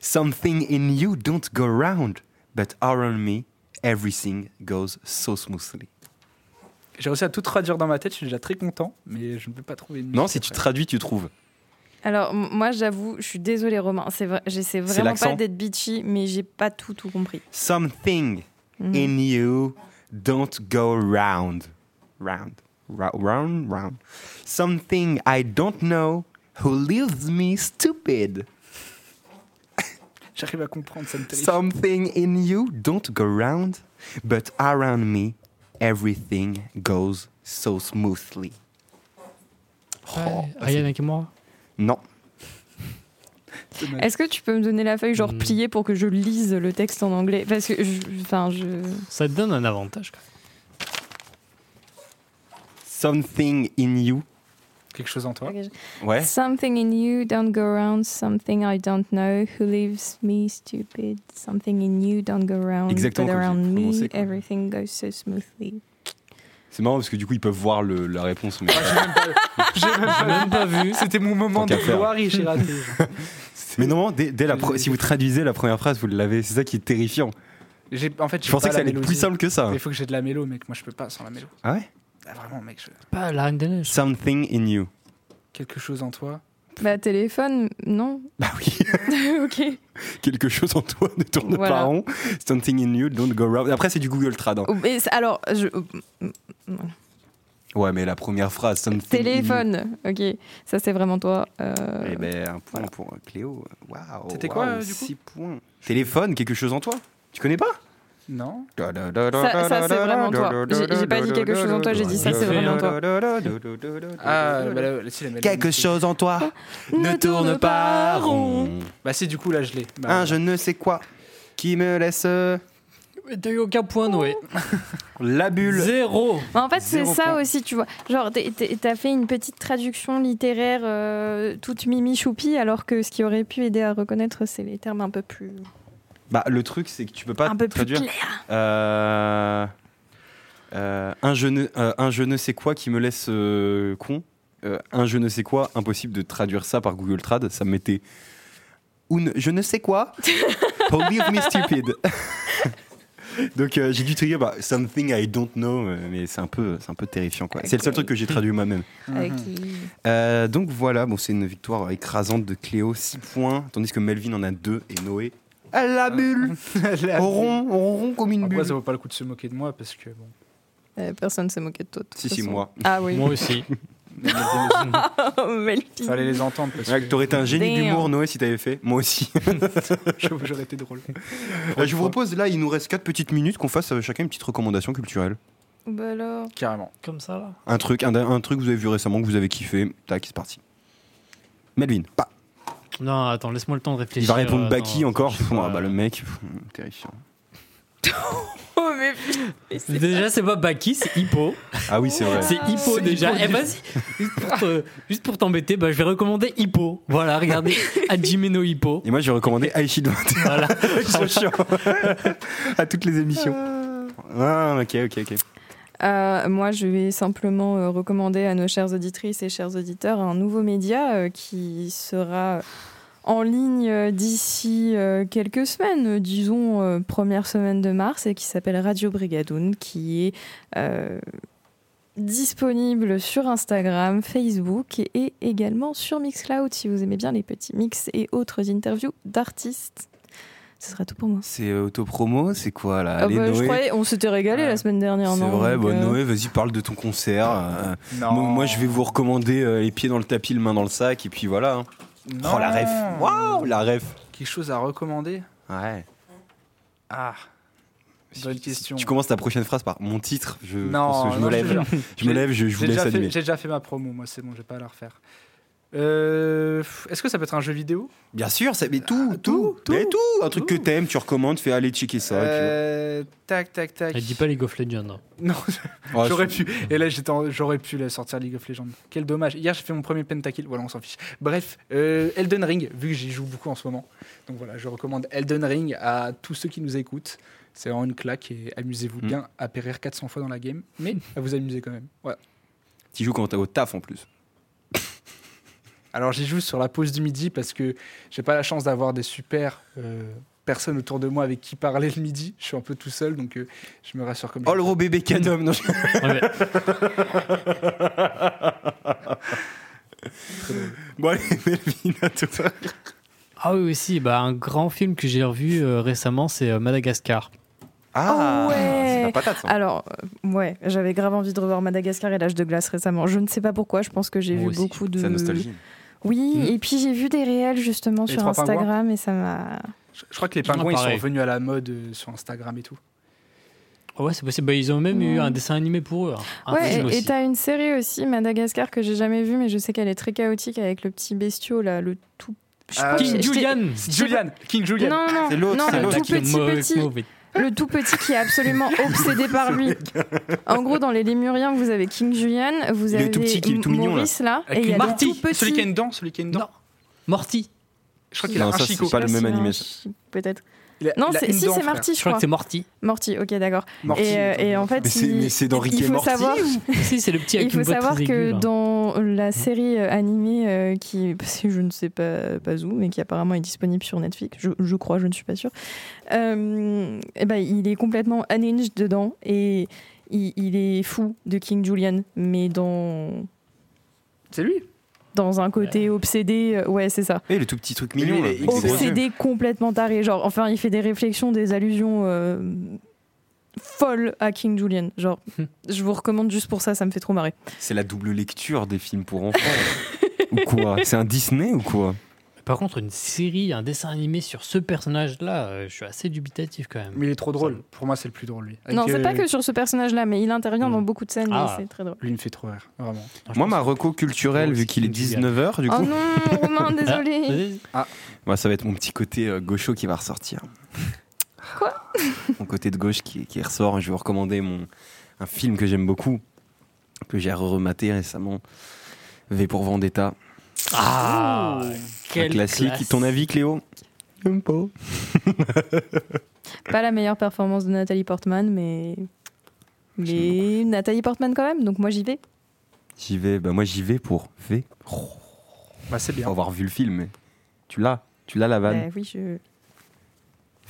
Speaker 1: Something in you don't go round. But around me, everything goes so smoothly.
Speaker 4: J'ai réussi à tout traduire dans ma tête, je suis déjà très content, mais je ne peux pas trouver une.
Speaker 1: Non, si tu traduis, tu trouves.
Speaker 2: Alors, m- moi, j'avoue, je suis désolée, Romain. C'est vrai, j'essaie vraiment
Speaker 1: l'accent.
Speaker 2: pas d'être bitchy, mais j'ai pas tout, tout compris.
Speaker 1: Something
Speaker 2: Mhm.
Speaker 1: in you don't go round. Round. Ra- round, round. Something I don't know who leaves me stupid.
Speaker 4: J'arrive à comprendre, ça me terrifie.
Speaker 1: Something in you don't go round, but around me, everything goes so smoothly. Oh,
Speaker 3: Ah, Ryan Nakamura.
Speaker 1: non.
Speaker 2: Est-ce que tu peux me donner la feuille, genre
Speaker 3: Hmm.
Speaker 2: pliée, pour que je lise le texte en anglais Parce que, je- enfin, je.
Speaker 3: Ça te donne un avantage. Quand
Speaker 1: Something in you.
Speaker 4: Quelque chose en toi.
Speaker 1: Ouais.
Speaker 2: Something in you don't go round, something I don't know, who leaves me stupid. Something in you don't go round,
Speaker 1: Exactement
Speaker 2: but
Speaker 1: comme j'ai
Speaker 2: around
Speaker 1: prononcé,
Speaker 2: me,
Speaker 1: quoi.
Speaker 2: everything goes so smoothly.
Speaker 1: C'est marrant parce que du coup, ils peuvent voir le- la réponse.
Speaker 4: Ah,
Speaker 1: Mais,
Speaker 4: J'ai même pas vu. C'était mon moment
Speaker 1: Tant
Speaker 4: de
Speaker 1: qu'à faire.
Speaker 4: gloire et j'ai raté.
Speaker 1: mais normalement, dès, dès la pro- si vous traduisez la première phrase, vous l'avez. C'est ça qui est terrifiant.
Speaker 4: J'ai- En fait,
Speaker 1: Je pensais que ça allait être plus simple que ça.
Speaker 4: Il faut que j'ai de la mélo, mec. Moi, je peux pas sans la mélo.
Speaker 1: Ah ouais
Speaker 4: Ah, vraiment, mec. je-
Speaker 3: même. Pas la Reine des Neiges.
Speaker 1: Something in you.
Speaker 4: Quelque chose en toi.
Speaker 2: Bah, téléphone, non
Speaker 1: Bah oui,
Speaker 2: Ok.
Speaker 1: quelque chose en toi ne tourne pas
Speaker 2: Voilà.
Speaker 1: rond. Something in you, don't go round. Après, c'est du Google Trad. hein.
Speaker 2: Oh, mais c'est- alors, je-
Speaker 1: Ouais, mais la première phrase, something. in you.
Speaker 2: téléphone, ok. Ça, c'est vraiment toi. euh,
Speaker 1: Eh ben, un point
Speaker 2: voilà.
Speaker 1: pour euh, Cléo. Waouh.
Speaker 4: C'était quoi,
Speaker 1: waouh,
Speaker 4: euh, du coup
Speaker 1: six points. Téléphone, quelque chose en toi Tu connais pas
Speaker 4: Non.
Speaker 2: Ça- ça, c'est vraiment toi. J'ai- j'ai pas dit quelque chose en toi, j'ai dit
Speaker 3: ça, c'est
Speaker 2: vraiment
Speaker 4: Ah, bah, là, si, la mélo.
Speaker 1: Quelque chose en toi ne tourne pas rond.
Speaker 4: Bah, si, du coup, là, je l'ai. Bah,
Speaker 1: Un je ne sais quoi qui me laisse euh,
Speaker 3: T'as eu aucun point, Noé.
Speaker 1: Oh, la bulle.
Speaker 3: Zéro.
Speaker 2: Mais Bah, en fait, c'est
Speaker 1: Zéro
Speaker 2: ça
Speaker 1: point.
Speaker 2: aussi, tu vois. Genre, t'es- t'es- t'as fait une petite traduction littéraire euh, toute mimi choupi, alors que ce qui aurait pu aider à reconnaître, c'est les termes un peu plus.
Speaker 1: Bah, le truc, c'est que tu peux pas
Speaker 2: un peu
Speaker 1: traduire.
Speaker 2: plus clairs.
Speaker 1: Euh, euh, un, je ne, euh, un je ne sais quoi qui me laisse euh, con. Euh, un je ne sais quoi, impossible de traduire ça par Google Trad. Ça me mettait. Ou ne- je ne sais quoi. Don't leave me stupid. Donc euh, j'ai dû traduire bah, Something I Don't Know, euh, mais c'est un peu, c'est un peu terrifiant. quoi. C'est le seul
Speaker 2: Ok.
Speaker 1: truc que j'ai traduit moi-même.
Speaker 2: Avec
Speaker 4: Mhm.
Speaker 2: qui-
Speaker 1: Euh, donc voilà, bon, c'est une victoire écrasante de Cléo, 6 points, tandis que Melvin en a 2 et Noé. À la bulle
Speaker 4: La-
Speaker 1: Au rond, au rond comme une
Speaker 4: Après,
Speaker 1: bulle
Speaker 4: ça vaut pas le coup de se moquer de moi parce que bon.
Speaker 2: Euh, Personne ne s'est moqué de toi. de toute
Speaker 1: Si, si,
Speaker 2: façon.
Speaker 1: moi.
Speaker 2: Ah oui. Oh,
Speaker 3: Moi aussi.
Speaker 2: Melfi.
Speaker 4: Fallait les entendre parce
Speaker 1: Ouais,
Speaker 4: que
Speaker 1: T'aurais été un génie
Speaker 2: Damn.
Speaker 1: d'humour, Noé, si t'avais fait. Moi aussi.
Speaker 4: j'aurais j'aurais été drôle.
Speaker 1: Euh, je vous propose, là, il nous reste 4 petites minutes qu'on fasse euh, chacun une petite recommandation culturelle.
Speaker 2: Bah alors.
Speaker 4: Carrément.
Speaker 3: Comme ça, là.
Speaker 1: Un truc, un, un truc que vous avez vu récemment, que vous avez kiffé. Tac, c'est parti. Melvin, pas.
Speaker 3: Non, attends, laisse-moi le temps de réfléchir.
Speaker 1: Il va répondre
Speaker 3: Euh,
Speaker 1: Baki
Speaker 3: non,
Speaker 1: encore.
Speaker 3: je sais
Speaker 1: Pff,
Speaker 3: pas.
Speaker 1: ah bah, le mec, pff, terrifiant.
Speaker 2: Oh mais putain, mais c'est
Speaker 3: Déjà, c'est pas Baki, c'est Hippo.
Speaker 1: Ah oui, c'est vrai.
Speaker 3: C'est Hippo
Speaker 4: C'est
Speaker 3: déjà.
Speaker 4: Hippo
Speaker 3: Eh, vas-y. Juste pour te- Juste pour t'embêter, bah, je vais recommander Hippo. Voilà, regardez. Hajimeno Hippo.
Speaker 1: Et moi, j'ai recommandé Aichi de 21.
Speaker 3: Voilà.
Speaker 1: Ils sont chiants. à toutes les émissions. Ah, ok, ok, ok.
Speaker 2: Euh, moi, je vais simplement euh, recommander à nos chères auditrices et chers auditeurs un nouveau média euh, qui sera en ligne euh, d'ici euh, quelques semaines, euh, disons euh, première semaine de mars, et qui s'appelle Radio Brigadoun, qui est euh, disponible sur Instagram, Facebook et également sur Mixcloud si vous aimez bien les petits mix et autres interviews d'artistes. Ce sera tout pour moi.
Speaker 1: C'est euh, autopromo, c'est quoi là
Speaker 2: Ah
Speaker 1: Allez,
Speaker 2: bah, je
Speaker 1: Noé.
Speaker 2: croyais, on s'était régalé la semaine dernière.
Speaker 1: C'est
Speaker 2: non
Speaker 1: vrai,
Speaker 2: Donc,
Speaker 1: bah,
Speaker 2: euh,
Speaker 1: Noé, vas-y, parle de ton concert. euh,
Speaker 4: Non.
Speaker 1: moi, moi, je vais vous recommander euh, les pieds dans le tapis, le main dans le sac, et puis voilà. hein.
Speaker 4: Non.
Speaker 1: Oh la ref Waouh, la ref
Speaker 4: Quelque chose à recommander
Speaker 1: Ouais.
Speaker 4: Ah. Bonne question.
Speaker 1: Tu commences ta prochaine phrase par mon titre. Je,
Speaker 4: Non,
Speaker 1: pense que je
Speaker 4: non,
Speaker 1: me
Speaker 4: je te
Speaker 1: lève. Je me
Speaker 4: J'ai-
Speaker 1: lève, je, je vous
Speaker 4: J'ai
Speaker 1: laisse
Speaker 4: déjà, fait,
Speaker 1: animer.
Speaker 4: j'ai déjà fait ma promo, moi c'est bon, je vais pas la refaire. Euh, pff, Est-ce que ça peut être un jeu vidéo
Speaker 1: Bien sûr, ça, mais tout, tout,
Speaker 4: Ah, tout,
Speaker 1: mais tout, un truc que t'aimes, tu recommandes, fais aller checker ça. et puis voilà.
Speaker 4: Euh, Tac, tac, tac.
Speaker 3: Elle dit pas League of Legends. hein. non.
Speaker 4: Non,
Speaker 1: Ouais,
Speaker 4: j'aurais
Speaker 1: c'est-
Speaker 4: pu. Et là, j'étais en- j'aurais pu la sortir League of Legends. Quel dommage. Hier, j'ai fait mon premier pentakill. Voilà, on s'en fiche. Bref, euh, Elden Ring, vu que j'y joue beaucoup en ce moment. Donc voilà, je recommande Elden Ring à tous ceux qui nous écoutent. C'est vraiment une claque et amusez-vous
Speaker 1: Mm.
Speaker 4: bien à périr 400 fois dans la game, mais à vous amuser quand même. Voilà.
Speaker 1: Tu joues quand t'es au taf en plus.
Speaker 4: Alors j'y joue sur la pause du midi parce que j'ai pas la chance d'avoir des super euh, personnes autour de moi avec qui parler le midi. Je suis un peu tout seul, donc euh, je me rassure comme
Speaker 1: Oh
Speaker 4: je
Speaker 1: le gros bébé cadom non, je-
Speaker 3: Ouais, mais-
Speaker 1: Bon allez, Melvin, à toi.
Speaker 3: Ah oui, aussi, bah, un grand film que j'ai revu euh, récemment, c'est euh, Madagascar.
Speaker 2: Ah, ouais.
Speaker 1: c'est la patate. ça.
Speaker 4: Ah,
Speaker 2: Alors, euh, ouais, j'avais grave envie de revoir Madagascar et l'âge de glace récemment. Je ne sais pas pourquoi, je pense que j'ai
Speaker 3: Moi
Speaker 2: vu
Speaker 3: aussi,
Speaker 2: beaucoup de.
Speaker 1: C'est la nostalgie. Hmm.
Speaker 2: Oui,
Speaker 3: Mm.
Speaker 2: et puis j'ai vu des réels justement
Speaker 4: Les
Speaker 2: sur
Speaker 4: trois pingouins.
Speaker 2: Instagram et ça m'a.
Speaker 4: Je, je crois que les
Speaker 3: Ah,
Speaker 4: pingouins ils sont
Speaker 3: pareil.
Speaker 4: revenus à la mode euh, sur Instagram et tout.
Speaker 3: Ah ouais, c'est possible. Bah, ils ont même eu
Speaker 2: Mm.
Speaker 3: un dessin animé pour eux. hein.
Speaker 1: Ah,
Speaker 3: Un
Speaker 2: Ouais,
Speaker 3: film
Speaker 2: et- et
Speaker 3: aussi.
Speaker 2: t'as une série aussi, Madagascar, que j'ai jamais vue, mais je sais qu'elle est très chaotique avec le petit bestiau là, le tout. je
Speaker 4: Ah,
Speaker 2: crois que
Speaker 4: King
Speaker 2: j'ai-
Speaker 3: King
Speaker 2: je t'ai-
Speaker 3: Julian
Speaker 4: Julian, King Julian.
Speaker 2: Non, non,
Speaker 1: C'est l'autre,
Speaker 2: non,
Speaker 1: c'est
Speaker 2: le
Speaker 1: l'autre.
Speaker 2: tout petit petit. Le tout petit qui est absolument obsédé par lui. En gros, dans les Lémuriens, vous avez King Julian, vous
Speaker 1: Il est
Speaker 2: avez
Speaker 1: tout petit, qui est tout mignon, là.
Speaker 2: Maurice là,
Speaker 3: Avec
Speaker 2: et il y a
Speaker 3: une
Speaker 2: le
Speaker 3: Marty,
Speaker 2: tout petit.
Speaker 4: Euh, Celui qui a une dent, celui qui a une dent.
Speaker 3: Non. Morty.
Speaker 4: Je crois qu'il a
Speaker 1: Non,
Speaker 4: un
Speaker 1: ça, c'est
Speaker 4: chicot.
Speaker 1: pas le
Speaker 2: Je sais
Speaker 1: même
Speaker 2: s'il a
Speaker 1: animé,
Speaker 2: un
Speaker 1: ça.
Speaker 2: chi- Peut-être.
Speaker 4: Il a-
Speaker 2: Non,
Speaker 4: il a
Speaker 2: c'est-
Speaker 4: une
Speaker 2: si,
Speaker 4: dent,
Speaker 2: c'est
Speaker 4: frère.
Speaker 2: Marty,
Speaker 3: Je
Speaker 2: je
Speaker 3: crois
Speaker 2: crois.
Speaker 3: que c'est Morty.
Speaker 2: Morty, ok, d'accord.
Speaker 4: Morty,
Speaker 2: Et, euh,
Speaker 4: attends,
Speaker 2: et en
Speaker 4: attends.
Speaker 2: fait,
Speaker 1: Mais c'est-
Speaker 2: il-
Speaker 1: mais c'est dans Rick
Speaker 2: il
Speaker 1: et
Speaker 2: faut
Speaker 1: Morty,
Speaker 2: savoir,
Speaker 3: si, c'est le petit
Speaker 2: il
Speaker 3: avec une
Speaker 2: faut
Speaker 3: voix
Speaker 2: savoir
Speaker 3: très aiguë,
Speaker 2: que
Speaker 3: là.
Speaker 2: dans la série euh, animée euh, qui, parce que je ne sais pas, pas où, mais qui apparemment est disponible sur Netflix, je, je crois, je ne suis pas sûre, euh, eh ben, il est complètement unhinged dedans et il, il est fou de King Julian, mais dans,
Speaker 4: C'est lui.
Speaker 2: dans un côté obsédé, euh, ouais, c'est ça.
Speaker 1: Et Eh, le tout petit truc mignon.
Speaker 4: Il
Speaker 1: là.
Speaker 4: est- il est-
Speaker 1: C'est-
Speaker 2: obsédé complètement taré genre enfin il fait des réflexions des allusions euh, folles à King Julian genre
Speaker 3: Hmm.
Speaker 2: je vous recommande juste pour ça ça me fait trop marrer
Speaker 1: C'est la double lecture des films pour enfants. ou quoi C'est un Disney ou quoi
Speaker 3: Par contre, une série, un dessin animé sur ce personnage-là, euh, je suis assez dubitatif quand même.
Speaker 4: Mais il est trop drôle. Pour moi, c'est le plus drôle, lui. Avec,
Speaker 2: non c'est
Speaker 4: euh,
Speaker 2: pas que sur ce personnage là mais il intervient
Speaker 3: Hmm.
Speaker 2: dans beaucoup de scènes et
Speaker 3: Ah.
Speaker 2: c'est très drôle
Speaker 4: Lui, il me fait trop rire. Vraiment.
Speaker 3: Enfin, je
Speaker 1: Moi,
Speaker 3: pense-
Speaker 1: ma reco culturelle,
Speaker 3: Moi
Speaker 1: vu
Speaker 3: aussi,
Speaker 1: qu'il est
Speaker 3: King Julian.
Speaker 1: 19h, du
Speaker 2: oh
Speaker 1: coup,
Speaker 2: non Romain
Speaker 3: Ah,
Speaker 2: désolé
Speaker 3: vas-y.
Speaker 1: moi, ça va être mon petit côté euh, gaucho qui va ressortir.
Speaker 2: Quoi
Speaker 1: Mon côté de gauche qui, qui ressort. Je vais vous recommander mon, un film que j'aime beaucoup, que j'ai rematé récemment. V pour Vendetta.
Speaker 3: Ah,
Speaker 1: Un
Speaker 3: quel
Speaker 1: classique. Ton avis, Cléo J'aime pas.
Speaker 2: pas la meilleure performance de Nathalie Portman mais mais Nathalie Portman quand même donc moi j'y vais
Speaker 1: J'y vais, bah moi j'y vais pour V.
Speaker 4: Bah, c'est
Speaker 1: Faut
Speaker 4: bien.
Speaker 1: avoir vu le film, mais tu l'as, tu l'as la vanne.
Speaker 2: Bah oui je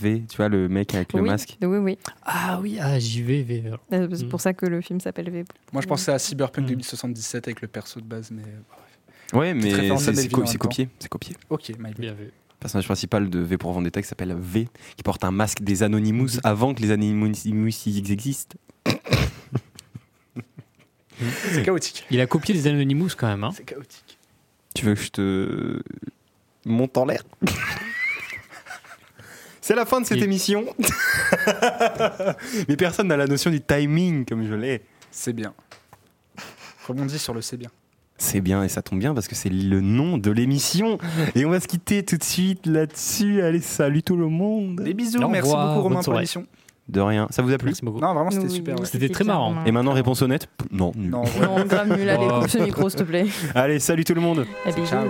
Speaker 1: V, tu vois, le mec avec le
Speaker 2: oui,
Speaker 1: masque.
Speaker 2: Oui, oui.
Speaker 3: Ah oui, ah, j'y vais, vais.
Speaker 2: Euh, C'est
Speaker 3: Mm.
Speaker 2: pour ça que le film s'appelle V.
Speaker 4: Moi, je pensais à Cyberpunk
Speaker 3: Mm.
Speaker 4: 2077 avec le perso de base, mais. euh,
Speaker 1: Ouais,
Speaker 4: Petite
Speaker 1: mais
Speaker 4: référence à
Speaker 1: c'est- c'est
Speaker 4: Delville
Speaker 1: co-
Speaker 4: en
Speaker 1: c'est
Speaker 4: même temps.
Speaker 1: copié. C'est copié.
Speaker 4: Ok, my bad.
Speaker 3: Bien vu.
Speaker 1: Le personnage principal de V pour Vendetta qui s'appelle V, qui porte un masque des Anonymous avant que les Anonymous ils existent.
Speaker 4: C'est chaotique.
Speaker 3: Il a copié les Anonymous quand même. Hein.
Speaker 4: C'est chaotique.
Speaker 1: Tu veux que je te monte en l'air C'est la fin de cette
Speaker 3: Il-
Speaker 1: émission. Mais personne n'a la notion du timing comme je l'ai.
Speaker 4: C'est bien. Rebondis sur le c'est bien.
Speaker 1: C'est bien et ça tombe bien parce que c'est le nom de l'émission. Et on va se quitter tout de suite là-dessus. Allez, salut tout le monde.
Speaker 4: Des bisous,
Speaker 3: Au
Speaker 4: merci
Speaker 3: revoir,
Speaker 4: beaucoup Romain
Speaker 3: bonne
Speaker 4: pour
Speaker 3: soirée.
Speaker 4: l'émission.
Speaker 1: De rien. Ça vous a plu
Speaker 3: Merci beaucoup.
Speaker 4: Non, vraiment, c'était super. ouais.
Speaker 3: C'était très marrant.
Speaker 1: Et maintenant, réponse honnête P- Non, nul.
Speaker 4: Non,
Speaker 2: Non, grave nul. Allez,
Speaker 3: Oh.
Speaker 2: coupe ce micro, s'il te plaît.
Speaker 1: Allez, salut tout le monde.
Speaker 2: Et bisous.
Speaker 4: Ciao.